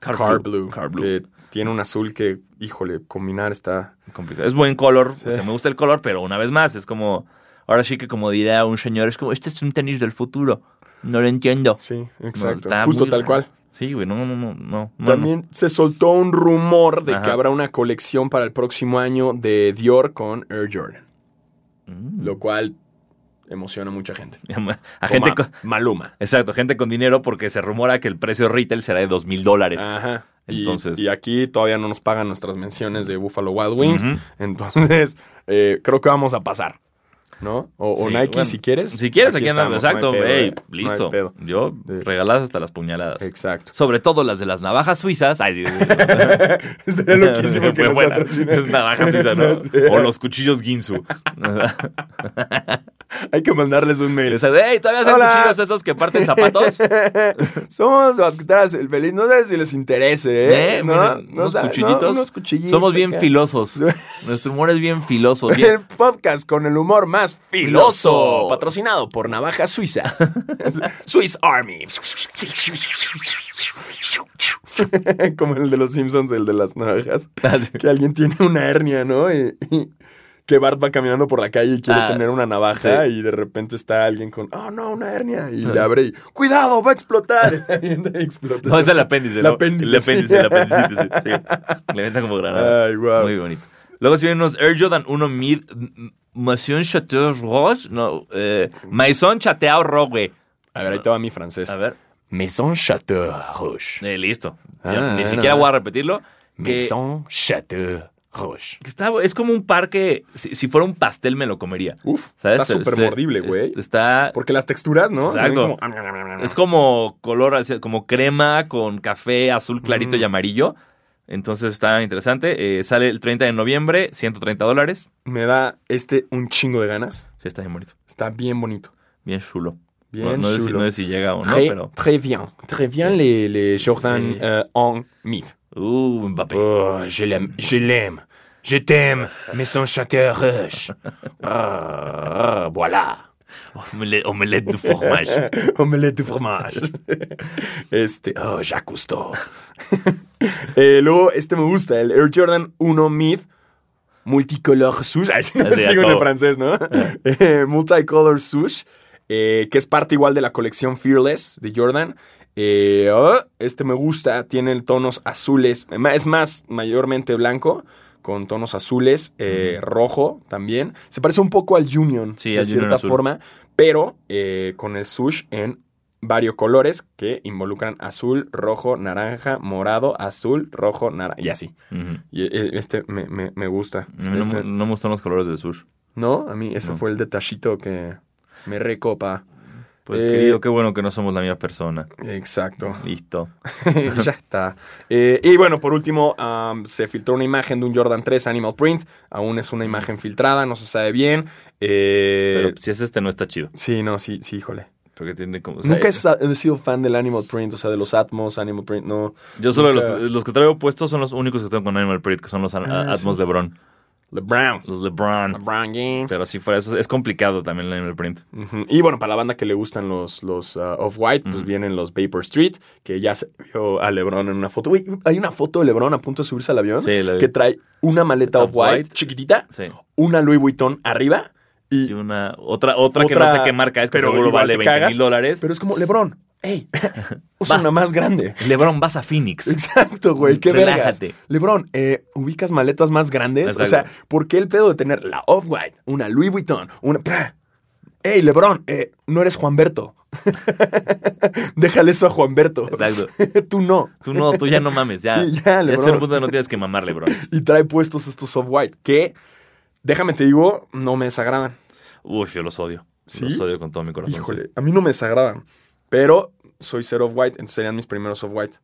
Car, Blue,
Car Blue.
Que tiene un azul que, híjole, combinar está...
complicado. Es buen color,
Sí.
o sea, me gusta el color, pero una vez más, es como, ahora sí que como dirá un señor, es como, este es un tenis del futuro. No lo entiendo.
Sí,
No,
exacto.
está
justo
muy
tal
raro.
cual.
Sí, güey, no, no, no, no, no. no.
También se soltó un rumor de que
Ajá.
habrá una colección para el próximo año de Dior con Air Jordan,
Mm.
lo cual emociona a mucha gente.
A gente
Como
con,
a Maluma.
exacto, gente con dinero porque se rumora que el precio retail será de dos mil dólares.
Ajá. Y-
Entonces-
Y, aquí todavía no nos pagan nuestras menciones de Buffalo Wild Wings.
Ujú.
Entonces, eh, creo que vamos a pasar. ¿No? O, o
Sí,
Nike,
bueno,
si quieres.
Si quieres, aquí, andamos.
estamos,
Exacto,
no hay pedo,
ey,
eh, no hay
listo.
pedo.
Yo,
Sí.
regaladas hasta las puñaladas.
Exacto.
Sobre todo las de las navajas suizas. Ay, sí, sí, sí.
Sería loquísimo que
Fue
nos
buena.
patrocinen.
"Pues Navaja suiza, ¿no?
No sé.
O los cuchillos Ginsu.
Hay que mandarles un mail.
¡Ey! ¿Todavía hacen
Hola.
cuchillos esos que parten zapatos?
Somos las guitarras del feliz. No sé si les interese, ¿eh?
Eh,
¿No?
miren,
¿No
unos
sa- no?
cuchillitos.
Unos cuchillitos
Somos bien
acá.
filosos. Nuestro humor es bien filoso. bien-
El podcast con el humor más
Filoso.
filoso. Patrocinado por Navajas Suizas. Swiss Army. Como el de los Simpsons, el de las navajas.
Así.
Que alguien tiene una hernia, ¿no? Y, y que Bart va caminando por la calle y quiere
Ah,
tener una navaja
sí. Ah.
y de repente está alguien con, oh no, una hernia. Y le abre y, cuidado, va a explotar. y explota.
No, es el apéndice.
El
¿no?
apéndice,
El apéndice,
sí.
el apéndice, sí, sí. Le aventan como granada.
Ay, guau.
Muy bonito. Luego se vienen unos Air Jordan 1 Mid M- Maison Chateau Rouge. No, eh, Maison Chateau Rouge.
A ver, ahí te va mi francés.
A ver.
Maison Chateau Rouge.
Eh, listo.
Ah,
Ya, ni
nada
siquiera
más.
voy a repetirlo. Que-
Maison Chateau Rouge.
que está- es como un parque. Si, si fuera un pastel, me lo comería.
Uf,
¿Sabes?
está
Se-
súper
se-
mordible, güey.
es- Está.
Porque las texturas, ¿no? Se ven
Exacto.
como- ah,
Es como color, así- como crema con café azul clarito
Mm.
y amarillo. Entonces está interesante. Eh, sale el 30 de noviembre, 130 dólares.
Me da este un chingo de ganas.
Sí, está bien bonito.
Está bien bonito.
Bien chulo.
Bien
no, no sé si-
chulo.
no sé si llega o no,
très,
pero.
très bien. Très bien les, les Jordan
Sí.
euh, en mythe.
Uh, Mbappé.
Oh, je l'aime, je l'aime. Je t'aime, mais son chanteur rush. Ah, ah, voilà.
Omelette, omelette du fromage.
Omelette du fromage. Este, oh, Jacques Cousteau. Eh, luego, este me gusta, el Air Jordan 1 Mid Multicolor Sush. Ay, sí, no
Así, a
sigo en el
todo.
francés, ¿no? Eh, multicolor Sush, eh, que es parte igual de la colección Fearless de Jordan. Eh, oh, este me gusta, tiene tonos azules, es más, mayormente blanco. Con tonos azules, eh, rojo también. Se parece un poco al Union,
Sí,
de
al Union
cierta
azul.
forma, pero eh, con el sush en varios colores que involucran azul, rojo, naranja, morado, azul, rojo, naranja y así.
Ujú.
Y eh, este me, me- me gusta.
A mí no,
Este-
me- no me gustan los colores del sur.
no, a mí ese
No.
fue el detallito que me recopa.
Pues
Eh,
querido, qué bueno que no somos la misma persona.
Exacto.
Listo.
ya está. Eh, y bueno, por último, am, se filtró una imagen de un Jordan 3 Animal Print. Aún es una imagen filtrada, no se sabe bien. Eh,
Pero si es este, no está chido.
sí, no, sí, sí, híjole.
Porque tiene como. o sea,
Nunca he sa- he sido fan del Animal Print, o sea, de los Atmos, Animal Print, no.
Yo solo los,
nunca-
los que traigo puestos son los únicos que tengo con Animal Print, que son los a- a-
Ah,
Atmos
sí. Ah, pues.
de Bron.
LeBron.
Los LeBron.
LeBron James.
Mm. Pero si fuera eso, es complicado también el animal print.
Ujú. Y bueno, para la banda que le gustan los, los ah, Off-White,
Mm.
pues vienen los Vapor Street, que ya se vio a LeBron en una foto. Güey, hay una foto de LeBron a punto de subirse al avión
Sí, la vi.
que trae una maleta
Off-White.
Off-White chiquitita,
Sí.
una Louis Vuitton arriba y,
Y una, otra, otra, que no
Otra-
sé qué marca es, que
pero
seguro
igual
vale
te
20
cagas.
mil dólares.
Pero es como, LeBron, hey, usa una más grande.
LeBron, vas a Phoenix.
Exacto, güey, qué vergas.
Relájate.
LeBron, eh, ubicas maletas más grandes. O sea,
Exacto.
¿por qué el pedo de tener la Off-White, una Louis Vuitton, una. ¡Pra! ¡Ey, LeBron! eh, no eres Juanberto. Déjale eso a Juanberto.
Exacto.
Tú no.
Tú no, tú ya no mames, ya.
Sí, ya,
es
LeBron.
un punto donde no tienes que mamar, LeBron.
Y trae puestos estos Off-White que, déjame te digo, no me desagradan.
Uf, yo los odio.
¿Sí?
Los odio con todo mi corazón.
Híjole, a mí no me desagradan. Pero soy ser Off-White, entonces serían mis primeros Off-White.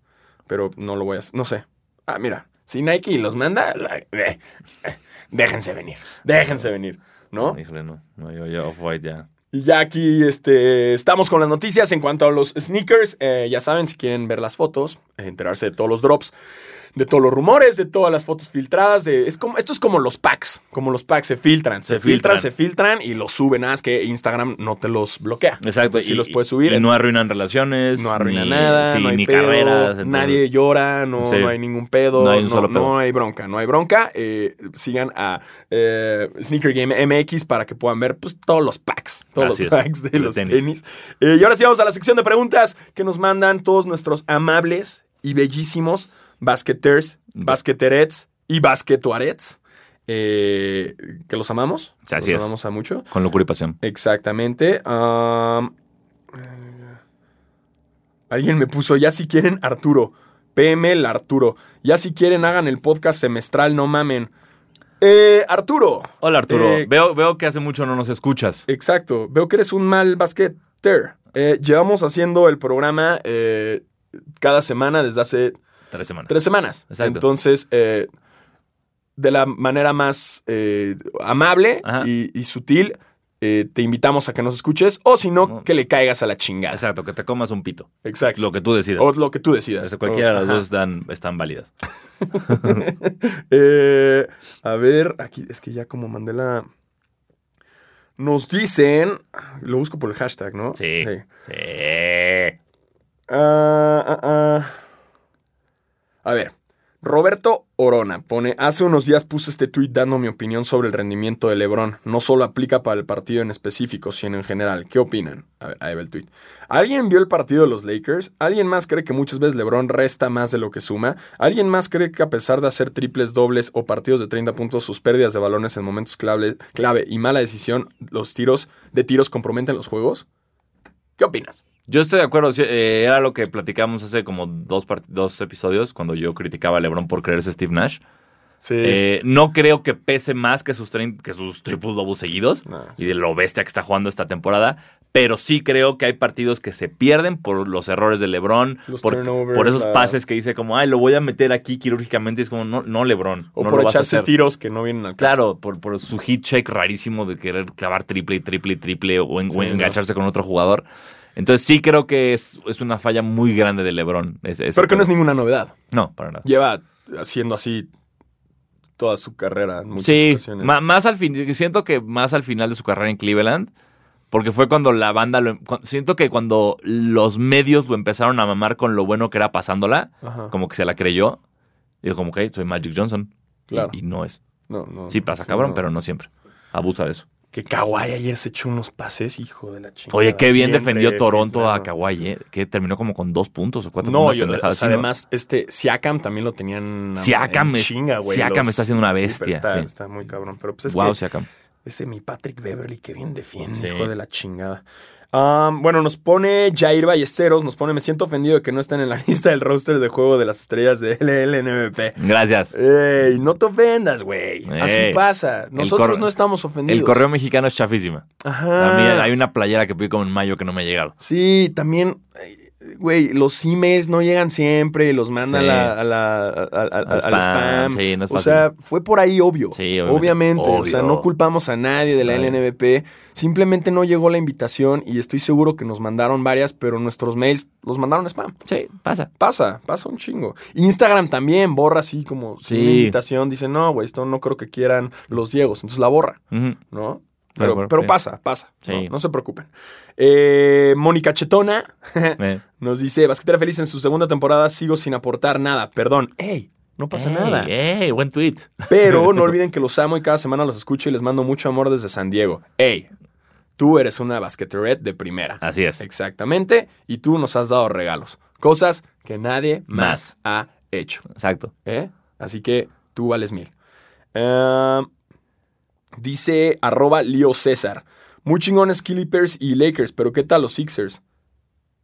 Pero no lo voy a hacer. No sé. Ah, mira, si Nike los manda, la- eh, eh, déjense venir. Déjense venir, ¿no?
Híjole, no. No, yo, yo Off-White ya.
Y ya aquí este, estamos con las noticias en cuanto a los sneakers. eh, ya saben, si quieren ver las fotos, enterarse de todos los drops, de todos los rumores, de todas las fotos filtradas. de- es como, esto es como los packs. Como los packs se filtran, se,
Se
filtran,
filtran.
se filtran y los suben. Nada más que Instagram no te los bloquea.
Exacto.
Entonces, sí los puedes subir.
Y no arruinan relaciones.
No arruina
ni-
nada,
sí,
no hay
ni
pedo,
carreras. entonces-
nadie llora, no,
Sí.
no hay ningún pedo, no
No
hay,
hay un solo pedo.
no hay bronca, no hay bronca. Eh, sigan a eh, Sneaker Game MX para que puedan ver pues, todos los packs, todos
Así
los
es,
packs de,
de
los tenis.
tenis.
Eh, y ahora sí vamos a la sección de preguntas que nos mandan todos nuestros amables y bellísimos basqueters, basqueterets y basquetuarets, eh, que los amamos,
Sí, así
los
es.
amamos a mucho.
Con locura y pasión.
Exactamente. Am, alguien me puso, ya si quieren, Arturo. PM el Arturo. Ya si quieren, hagan el podcast semestral, no mamen. Eh, Arturo.
Hola, Arturo.
Eh,
veo, veo que hace mucho no nos escuchas.
Exacto. Veo que eres un mal basqueter. Eh, llevamos haciendo el programa eh, cada semana desde hace
Tres semanas.
tres semanas.
Exacto.
Entonces, eh, de la manera más eh, amable
Ajá.
y, y sutil, eh, te invitamos a que nos escuches o si no,
No.
que le caigas a la chingada.
Exacto, que te comas un pito.
Exacto.
Lo que tú decidas.
o lo que tú decidas.
Desde cualquiera de las
Oh, Ajá.
dos están, están válidas.
Eh, a ver, aquí es que ya como mandé la... Nos dicen... Lo busco por el hashtag, ¿no?
Sí.
Ok.
Sí.
Ah, ah, ah. A ver, Roberto Orona pone, hace unos días puse este tuit dando mi opinión sobre el rendimiento de Lebron. No solo aplica para el partido en específico, sino en general. ¿Qué opinan? A ver, ahí va el tuit. ¿Alguien vio el partido de los Lakers? ¿Alguien más cree que muchas veces Lebron resta más de lo que suma? ¿Alguien más cree que a pesar de hacer triples dobles o partidos de 30 puntos, sus pérdidas de balones en momentos clave, clave y mala decisión, los tiros de tiros comprometen los juegos? ¿Qué opinas?
Yo estoy de acuerdo. sí, eh, era lo que platicamos hace como dos, part- dos episodios cuando yo criticaba a LeBron por creerse Steve Nash.
Sí.
Eh, no creo que pese más que sus, trein- que sus triple doubles seguidos
No,
y de lo bestia que está jugando esta temporada. Pero sí creo que hay partidos que se pierden por los errores de LeBron,
Los
por,
turnovers,
por esos
la-
pases que dice como, ay, lo voy a meter aquí quirúrgicamente. Y es como, no, no LeBron.
O
no
por
lo vas a
echarse
hacer".
tiros que no vienen al caso.
Claro, por, por su hit check rarísimo de querer clavar triple y triple y triple o, en- o
Sí, no.
engancharse con otro jugador. Entonces sí creo que es, es una falla muy grande de LeBron. ese- ese
Pero que
tema.
no es ninguna novedad.
No, para nada.
Lleva haciendo así toda su carrera. En muchas
Sí,
ocasiones.
ma- más al fin, siento que más al final de su carrera en Cleveland, porque fue cuando la banda, lo, cu- siento que cuando los medios lo empezaron a mamar con lo bueno que era pasándola,
Ajá.
como que se la creyó, y dijo como, ok, soy Magic Johnson. Y-
Claro.
Y, no es.
No, no,
Sí
no,
pasa, cabrón,
no.
pero no siempre. Abusa de eso.
Que Kawhi ayer se echó unos pases, hijo de la chingada.
Oye, qué bien
Siempre,
defendió Toronto
claro.
a Kawhi, ¿eh? que terminó como con dos puntos o cuatro
No,
puntos.
yo,
una
o sea,
pendejada así, ¿no?
además, este, Siakam también lo tenían a-
Siakam
en
es-
chinga, güey.
Siakam
los-
está haciendo una
Sí, pero
bestia.
Está,
sí.
está muy cabrón, pero pues es
wow,
que
Siakam.
Ese mi Patrick Beverly, que bien defiende,
Sí.
hijo de la chingada. Am, bueno, nos pone Jair Ballesteros, nos pone, me siento ofendido de que no estén en la lista del roster de juego de las estrellas de LLNBP.
Gracias.
Ey, no te ofendas, güey. Así
Ey.
pasa. Nosotros
corre-
no estamos ofendidos.
El correo mexicano es chafísima.
Ajá.
A mí hay una playera que pedí como en mayo que no me ha llegado.
Sí, también eh, güey, los emails no llegan siempre, los mandan
Sí.
a la, a la- a- a- a- al spam.
spam, sí, no es
o sea, fue por ahí obvio.
Sí,
obviamente.
obviamente.
O sea,
Obvio.
no culpamos a nadie de la
Nadie.
LNBP. Simplemente no llegó la invitación y estoy seguro que nos mandaron varias, pero nuestros mails los mandaron a spam.
Sí, pasa.
Pasa, pasa un chingo. Instagram también borra así como sin
Sí.
una invitación. Dice, no, güey, esto no creo que quieran los Diegos. Entonces la borra,
Ujú.
¿no?
De
Pero,
acuerdo,
pero
sí.
pasa, pasa.
Sí.
¿no? No se preocupen. Eh, Mónica Chetona
Eh,
nos dice, Basquetera Feliz en su segunda temporada sigo sin aportar nada. Perdón. ¡Ey! No pasa
ey,
nada.
¡Ey! Buen tweet.
Pero no olviden que los amo y cada semana los escucho y les mando mucho amor desde San Diego. ¡Ey! Tú eres una basqueteret de primera.
Así es.
Exactamente. Y tú nos has dado regalos. Cosas que nadie más, ha hecho.
Exacto.
¿eh? Así que tú vales mil. Eh, dice arroba Leo César. Muy chingones Clippers y Lakers, pero ¿qué tal los Sixers?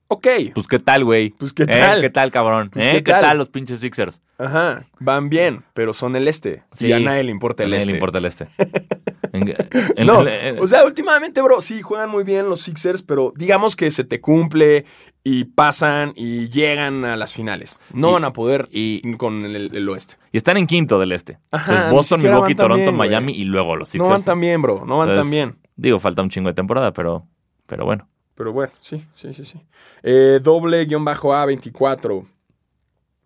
Ok.
Pues qué tal, güey.
Pues qué
Eh,
tal.
¿Qué tal, cabrón?
Pues,
¿Eh?
¿qué
¿Qué, tal?
tal?
los pinches Sixers?
Ajá. Van bien, pero son el este. Y
Sí.
a nadie le importa el
A nadie
este.
le importa el este. En- en- eh,
No,
en-
o sea, últimamente, bro, sí, juegan muy bien los Sixers, pero digamos que se te cumple y pasan y llegan a las finales. No
Y-
van a poder
y,
con el, el oeste.
y están en quinto del este.
Ajá,
Entonces,
ni
Boston,
siquiera
Milwaukee,
van tan
Toronto,
bien, güey.
Miami y luego los
No
Sixers.
van tan bien, bro, no van
Entonces-
tan bien.
Digo, falta un chingo de temporada, pero, pero bueno.
Pero bueno, sí, sí, sí, sí. Eh, doble guión bajo A24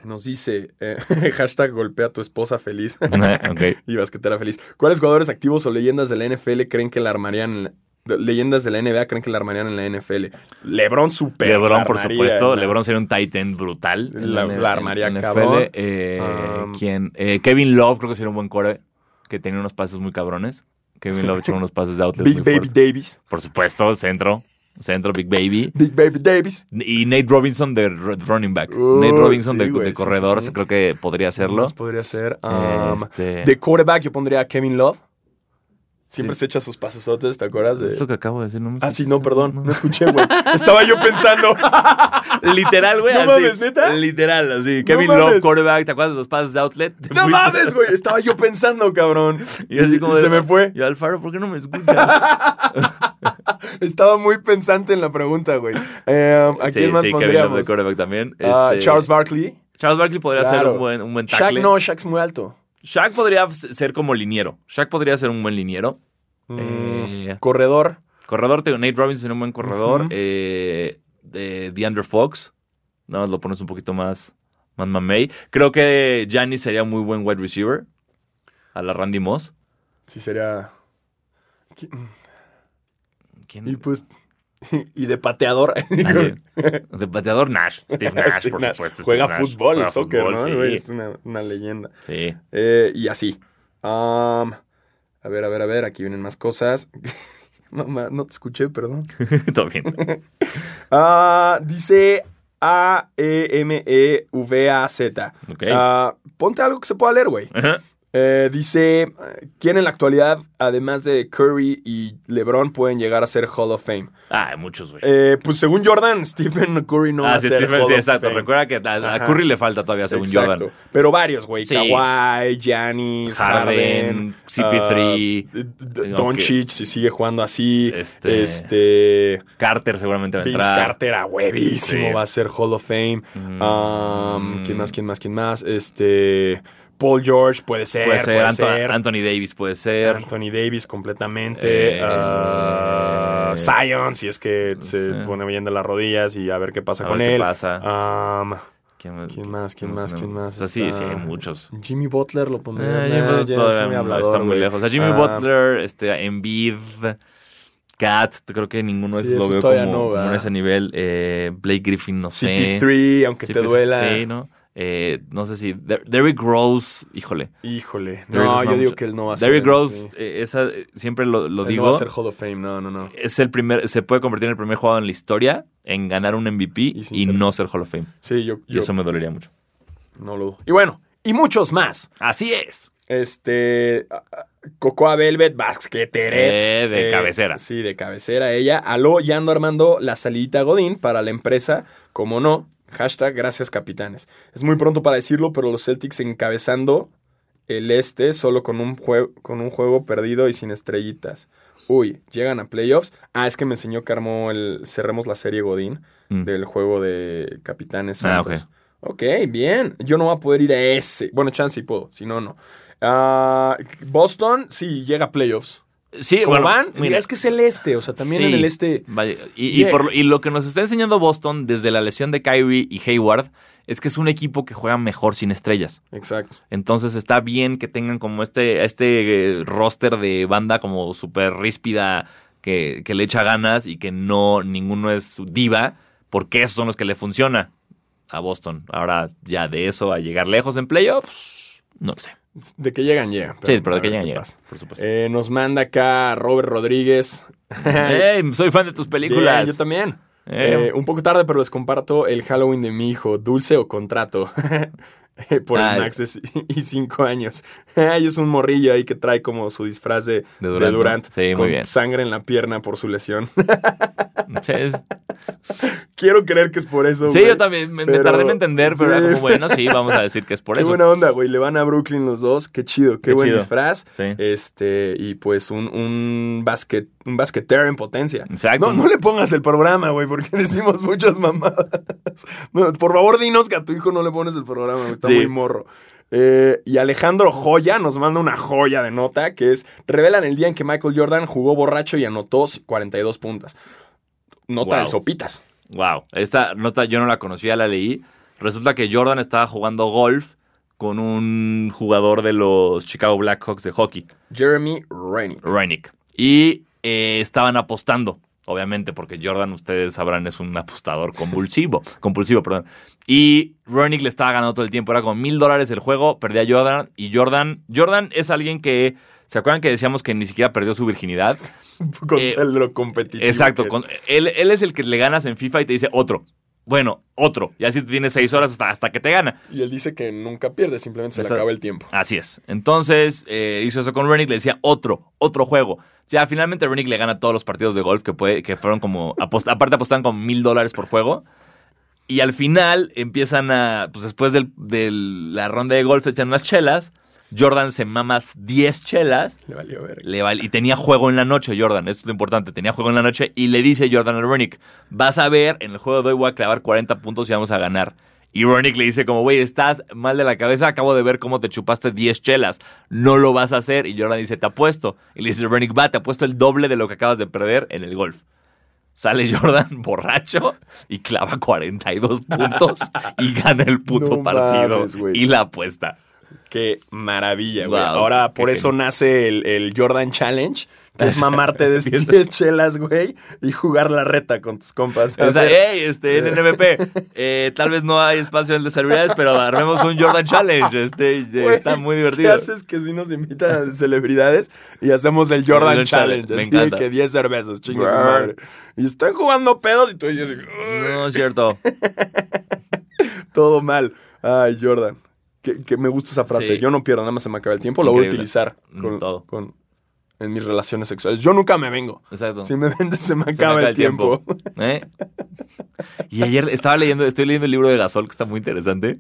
nos dice, eh, hashtag golpea a tu esposa feliz
Ok.
y basquetera feliz. ¿Cuáles jugadores activos o leyendas de la NFL creen que la armarían en la- de- Leyendas de la NBA creen que la armarían en la NFL. Lebron super.
LeBron,
la
por
armaría
supuesto.
en la-
LeBron sería un tight end brutal. en
La-
N-
la armaría
en
cabrón.
NFL. Eh,
Um,
¿quién? Eh, Kevin Love creo que sería un buen core que tenía unos pases muy cabrones. Kevin Love echó unos pases de outlet
Big
muy
Baby
fuertes.
Davis.
Por supuesto, centro. Centro, Big Baby.
Big Baby Davis.
Y Nate Robinson de r- running back.
Uy,
Nate Robinson
sí,
de,
güey,
de
sí,
corredor,
sí, sí.
creo que podría hacerlo.
Más podría ser.
Eh,
um,
este,
De quarterback yo pondría a Kevin Love. Siempre
Sí.
se echa sus pasesotes, ¿te acuerdas? De...
Esto que acabo de decir, no me
Ah, sí, no, perdón. No escuché, güey. Estaba yo pensando.
Literal, güey.
No
así.
mames, ¿neta?
Literal, así. Kevin
mames.
Love, quarterback, ¿te acuerdas de los pases de outlet? Te
No
fuiste.
mames, güey. Estaba yo pensando, cabrón.
Y así como
Y
de-
se me fue.
Y Alfaro, ¿por qué no me escuchas?
Estaba muy pensante en la pregunta, güey. Eh, ¿A
Sí,
quién más
sí, Kevin Love de
pondríamos?
quarterback también.
Ah,
Este,
Charles Barkley.
Charles Barkley podría ser
Claro.
un buen, un buen
Shaq
tackle.
no, Shaq es muy alto.
Shaq podría s- ser como liniero. Shaq podría ser un buen liniero.
Mm,
Eh,
Corredor.
Corredor, te digo, Nate Robinson era un buen corredor.
Ujú.
eh, de DeAndre Fox. Nada más lo pones un poquito más, más mamey. Creo que Giannis sería muy buen wide receiver. A la Randy Moss.
Sí, sería...
¿Quién?
Y pues... Y de pateador.
Nadie. De pateador Nash. Steve Nash,
Steve
por
Nash.
supuesto. Steve
Juega
Nash.
fútbol,
Juega
soccer,
fútbol,
¿no?
sí.
Güey, Es una, una leyenda.
Sí.
Eh, y así. Am, a ver, a ver, a ver. Aquí vienen más cosas. Mamá, no te escuché, perdón.
Todo bien.
Ah, dice E A-E-M-E-V-A-Z.
Ok.
Ah, ponte algo que se pueda leer, güey.
Ajá.
Eh, dice, ¿quién en la actualidad, además de Curry y LeBron, pueden llegar a ser Hall of Fame?
Ah, hay muchos, güey.
Eh, pues según Jordan, Stephen Curry no va
ah,
a
sí,
ser
Stephen,
Hall
sí,
of
exacto.
Fame.
Recuerda que a, a
Ajá.
Curry le falta todavía, según
Exacto.
Jordan.
Pero varios, güey.
Sí.
Kawhi, Giannis, Harden,
Harden, CP3,
ah, d- d-
ok.
Doncic, si sigue jugando así.
eh, Este-
este
Carter seguramente va a
Vince
entrar.
Carter a huevísimo
Sí.
va a ser Hall of Fame.
Mm.
Um, ¿Quién más? ¿Quién más? ¿Quién más? Este. Paul George puede ser.
Puede ser, Anto-
ser.
Anthony Davis puede ser.
Anthony Davis completamente.
Eh,
Ah, Zion, si es que
no
se
sé.
pone bien de las rodillas y a ver qué pasa
A
con
ver qué
él.
pasa.
Um,
¿Quién,
¿Quién más? ¿Quién más? ¿Quién
tenemos?
más?
O sea, sí,
Está-
sí, hay muchos.
Jimmy Butler lo
Eh,
pondría.
Jimmy
Nah,
Butler
ya es
todavía
muy
no,
hablador,
está muy
güey.
lejos. O sea, Jimmy
Ah,
Butler, este, Embiid, Cat, creo que ninguno de
Sí,
esos lo
esos
veo
todavía
como,
no,
como
¿verdad?
en ese nivel. Eh, Blake Griffin, no sé.
CP3, aunque te
CP3,
duela.
Sí, ¿no? Eh, no sé si. Der- Derrick Rose, híjole.
Híjole.
Derrick
No,
Rose
yo
no
digo
mucho.
que él no va a ser.
Derrick Rose,
sí.
eh, esa, eh, siempre lo, lo
Él
digo.
No va a ser Hall of Fame, no, no, no.
es el primer, se puede convertir en el primer jugador en la historia en ganar un MVP
Y
y,
sin ser-
no ser Hall of Fame.
Sí, yo,
Y
yo
eso me dolería mucho.
no lo dudo. Y bueno, y muchos más.
Así es.
Este. a- a- Cocoa Velvet,
Eh,
basqueteret.
de cabecera.
Sí, de cabecera ella. Aló, ya ando armando la salidita Godín para la empresa. Como no, hashtag gracias capitanes. Es muy pronto para decirlo, pero los Celtics encabezando el este solo con un, jue- con un juego perdido y sin estrellitas. uy, llegan a playoffs. Ah, es que me enseñó que armó el. Cerremos la serie Godín
Mm.
del juego de Capitanes
Ah,
Santos. ok, bien. Yo no voy a poder ir a ese. Bueno, chance sí puedo, si no, no. Ah, Boston, sí, llega a playoffs.
Sí,
¿Cómo
bueno,
van?
mira,
es que es el este, o sea, también
sí,
en el este.
vaya, y, y
Yeah.
por lo- y lo que nos está enseñando Boston desde la lesión de Kyrie y Hayward es que es un equipo que juega mejor sin estrellas.
Exacto.
Entonces está bien que tengan como este, este eh, roster de banda como súper ríspida que, que le echa ganas y que no ninguno es diva, porque esos son los que le funciona a Boston. Ahora ya de eso a llegar lejos en playoffs, no lo sé.
De que llegan, llegan.
sí, pero de que
a ver
llegan,
qué
llegan,
pasa.
por supuesto.
Eh, nos manda acá Robert Rodríguez.
Ey, soy fan de tus películas.
Bien, yo también.
Eh,
Eh, un poco tarde, pero les comparto el Halloween de mi hijo, dulce o contrato. Eh, Por
Ah,
el Max es- y cinco años. Ay, es un morrillo ahí que trae como su disfraz de,
De
de
Durant,
Durant,
¿no? Sí, muy
con
bien.
sangre en la pierna por su lesión.
sí,
Quiero creer que es por eso.
Sí,
güey.
yo también me, me
pero-
tardé en entender, pero era
sí.
como, bueno, sí, vamos a decir que es por
Qué
eso.
buena onda, güey. Le van a Brooklyn los dos. Qué chido, qué,
Qué
buen
chido.
disfraz.
Sí.
Este, y pues un, un basquet, un basquetero en potencia.
Exacto.
No, no le pongas el programa, güey, porque decimos muchas mamadas. No, por favor, dinos que a tu hijo no le pones el programa, güey, está
Sí.
muy morro. Eh, y Alejandro Joya nos manda una joya de nota que es: revelan el día en que Michael Jordan jugó borracho y anotó 42 puntas. Nota
Wow.
de sopitas.
Wow, esta nota yo no la conocía, la leí. Resulta que Jordan estaba jugando golf con un jugador de los Chicago Blackhawks de hockey,
Jeremy Rennie.
Renick. Y eh, estaban apostando, obviamente, porque Jordan, ustedes sabrán, es un apostador convulsivo. compulsivo, perdón. Y Renick le estaba ganando todo el tiempo. Era como mil dólares el juego, perdía Jordan. Y Jordan, Jordan es alguien que, ¿se acuerdan que decíamos que ni siquiera perdió su virginidad?
Con
Eh,
el- lo competitivo.
Exacto.
que es.
con- él, él es el que le ganas en FIFA y te dice otro. Bueno, otro. Y así te tienes seis horas hasta, hasta que te gana.
Y él dice que nunca pierde, simplemente se le
Esa-
acaba el tiempo.
Así es. Entonces eh, hizo eso con Renick, le decía otro, otro juego. Ya finalmente Renick le gana todos los partidos de golf que, puede, que fueron como. apost- aparte apostaban con mil dólares por juego. Y al final empiezan a. Pues después del- de la ronda de golf echan unas chelas. Jordan se mamas 10 chelas.
Le valió ver.
Le vale- y tenía juego en la noche, Jordan. Eso es lo importante. Tenía juego en la noche y le dice Jordan a Ronick: Vas a ver, en el juego de hoy voy a clavar 40 puntos y vamos a ganar. Y Ronick le dice como, güey, estás mal de la cabeza, acabo de ver cómo te chupaste 10 chelas, no lo vas a hacer. Y Jordan dice, te apuesto. Y le dice, Ronick, va, te apuesto el doble de lo que acabas de perder en el golf. Sale Jordan borracho y clava 42 puntos y gana el puto
No
partido
mames, güey.
y la apuesta.
Qué maravilla, güey.
Wow,
Ahora
qué
por eso nace el, el Jordan Challenge, que es mamarte de 10 chelas, güey, y jugar la reta con tus compas.
O sea,
A ver,
hey, este, NNVP, eh, tal vez no hay espacio en el de celebridades, pero armemos un Jordan Challenge. Este, eh,
güey,
está muy
¿Qué
divertido.
haces que si nos invitan a celebridades y hacemos el Jordan
El Challenge,
Challenge?
me
así
encanta.
que 10 cervezas, chingas
Brr.
madre. Y están jugando pedos y tú y yo así,
No es cierto.
todo mal. Ay, Jordan. Que, que me gusta esa frase.
Sí.
Yo no pierdo, nada más en mi acaba el tiempo. Lo voy a
Increíble.
utilizar
Mm,
con,
todo.
con- en mis relaciones sexuales. Yo nunca me vengo.
Exacto.
Si me vendes, se me acaba,
Se me
el tiempo.
¿Eh? Y ayer estaba leyendo, estoy leyendo el libro de Gasol, que está muy interesante.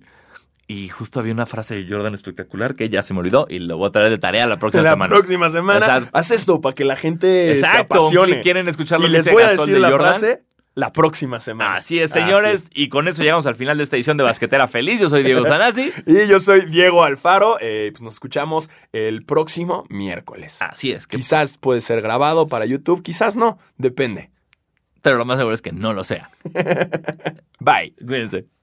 Y justo había una frase de Jordan espectacular que ya se me olvidó y lo voy a traer de tarea la próxima
la
semana.
próxima semana.
Exacto.
Haz esto para que la gente se
Exacto.
apasione.
¿Quieren escuchar lo
y
que
les
dice
voy a
Gasol
decir
de
la
Jordan?
frase la próxima semana.
Así es, señores. Y con eso llegamos al final de esta edición de Basquetera Feliz. Yo soy Diego Sanasi.
Y yo soy Diego Alfaro. Eh, pues nos escuchamos el próximo miércoles.
Así es. Que,
Quizás puede ser grabado para YouTube, quizás no. Depende.
pero lo más seguro es que no lo sea.
Bye.
Cuídense.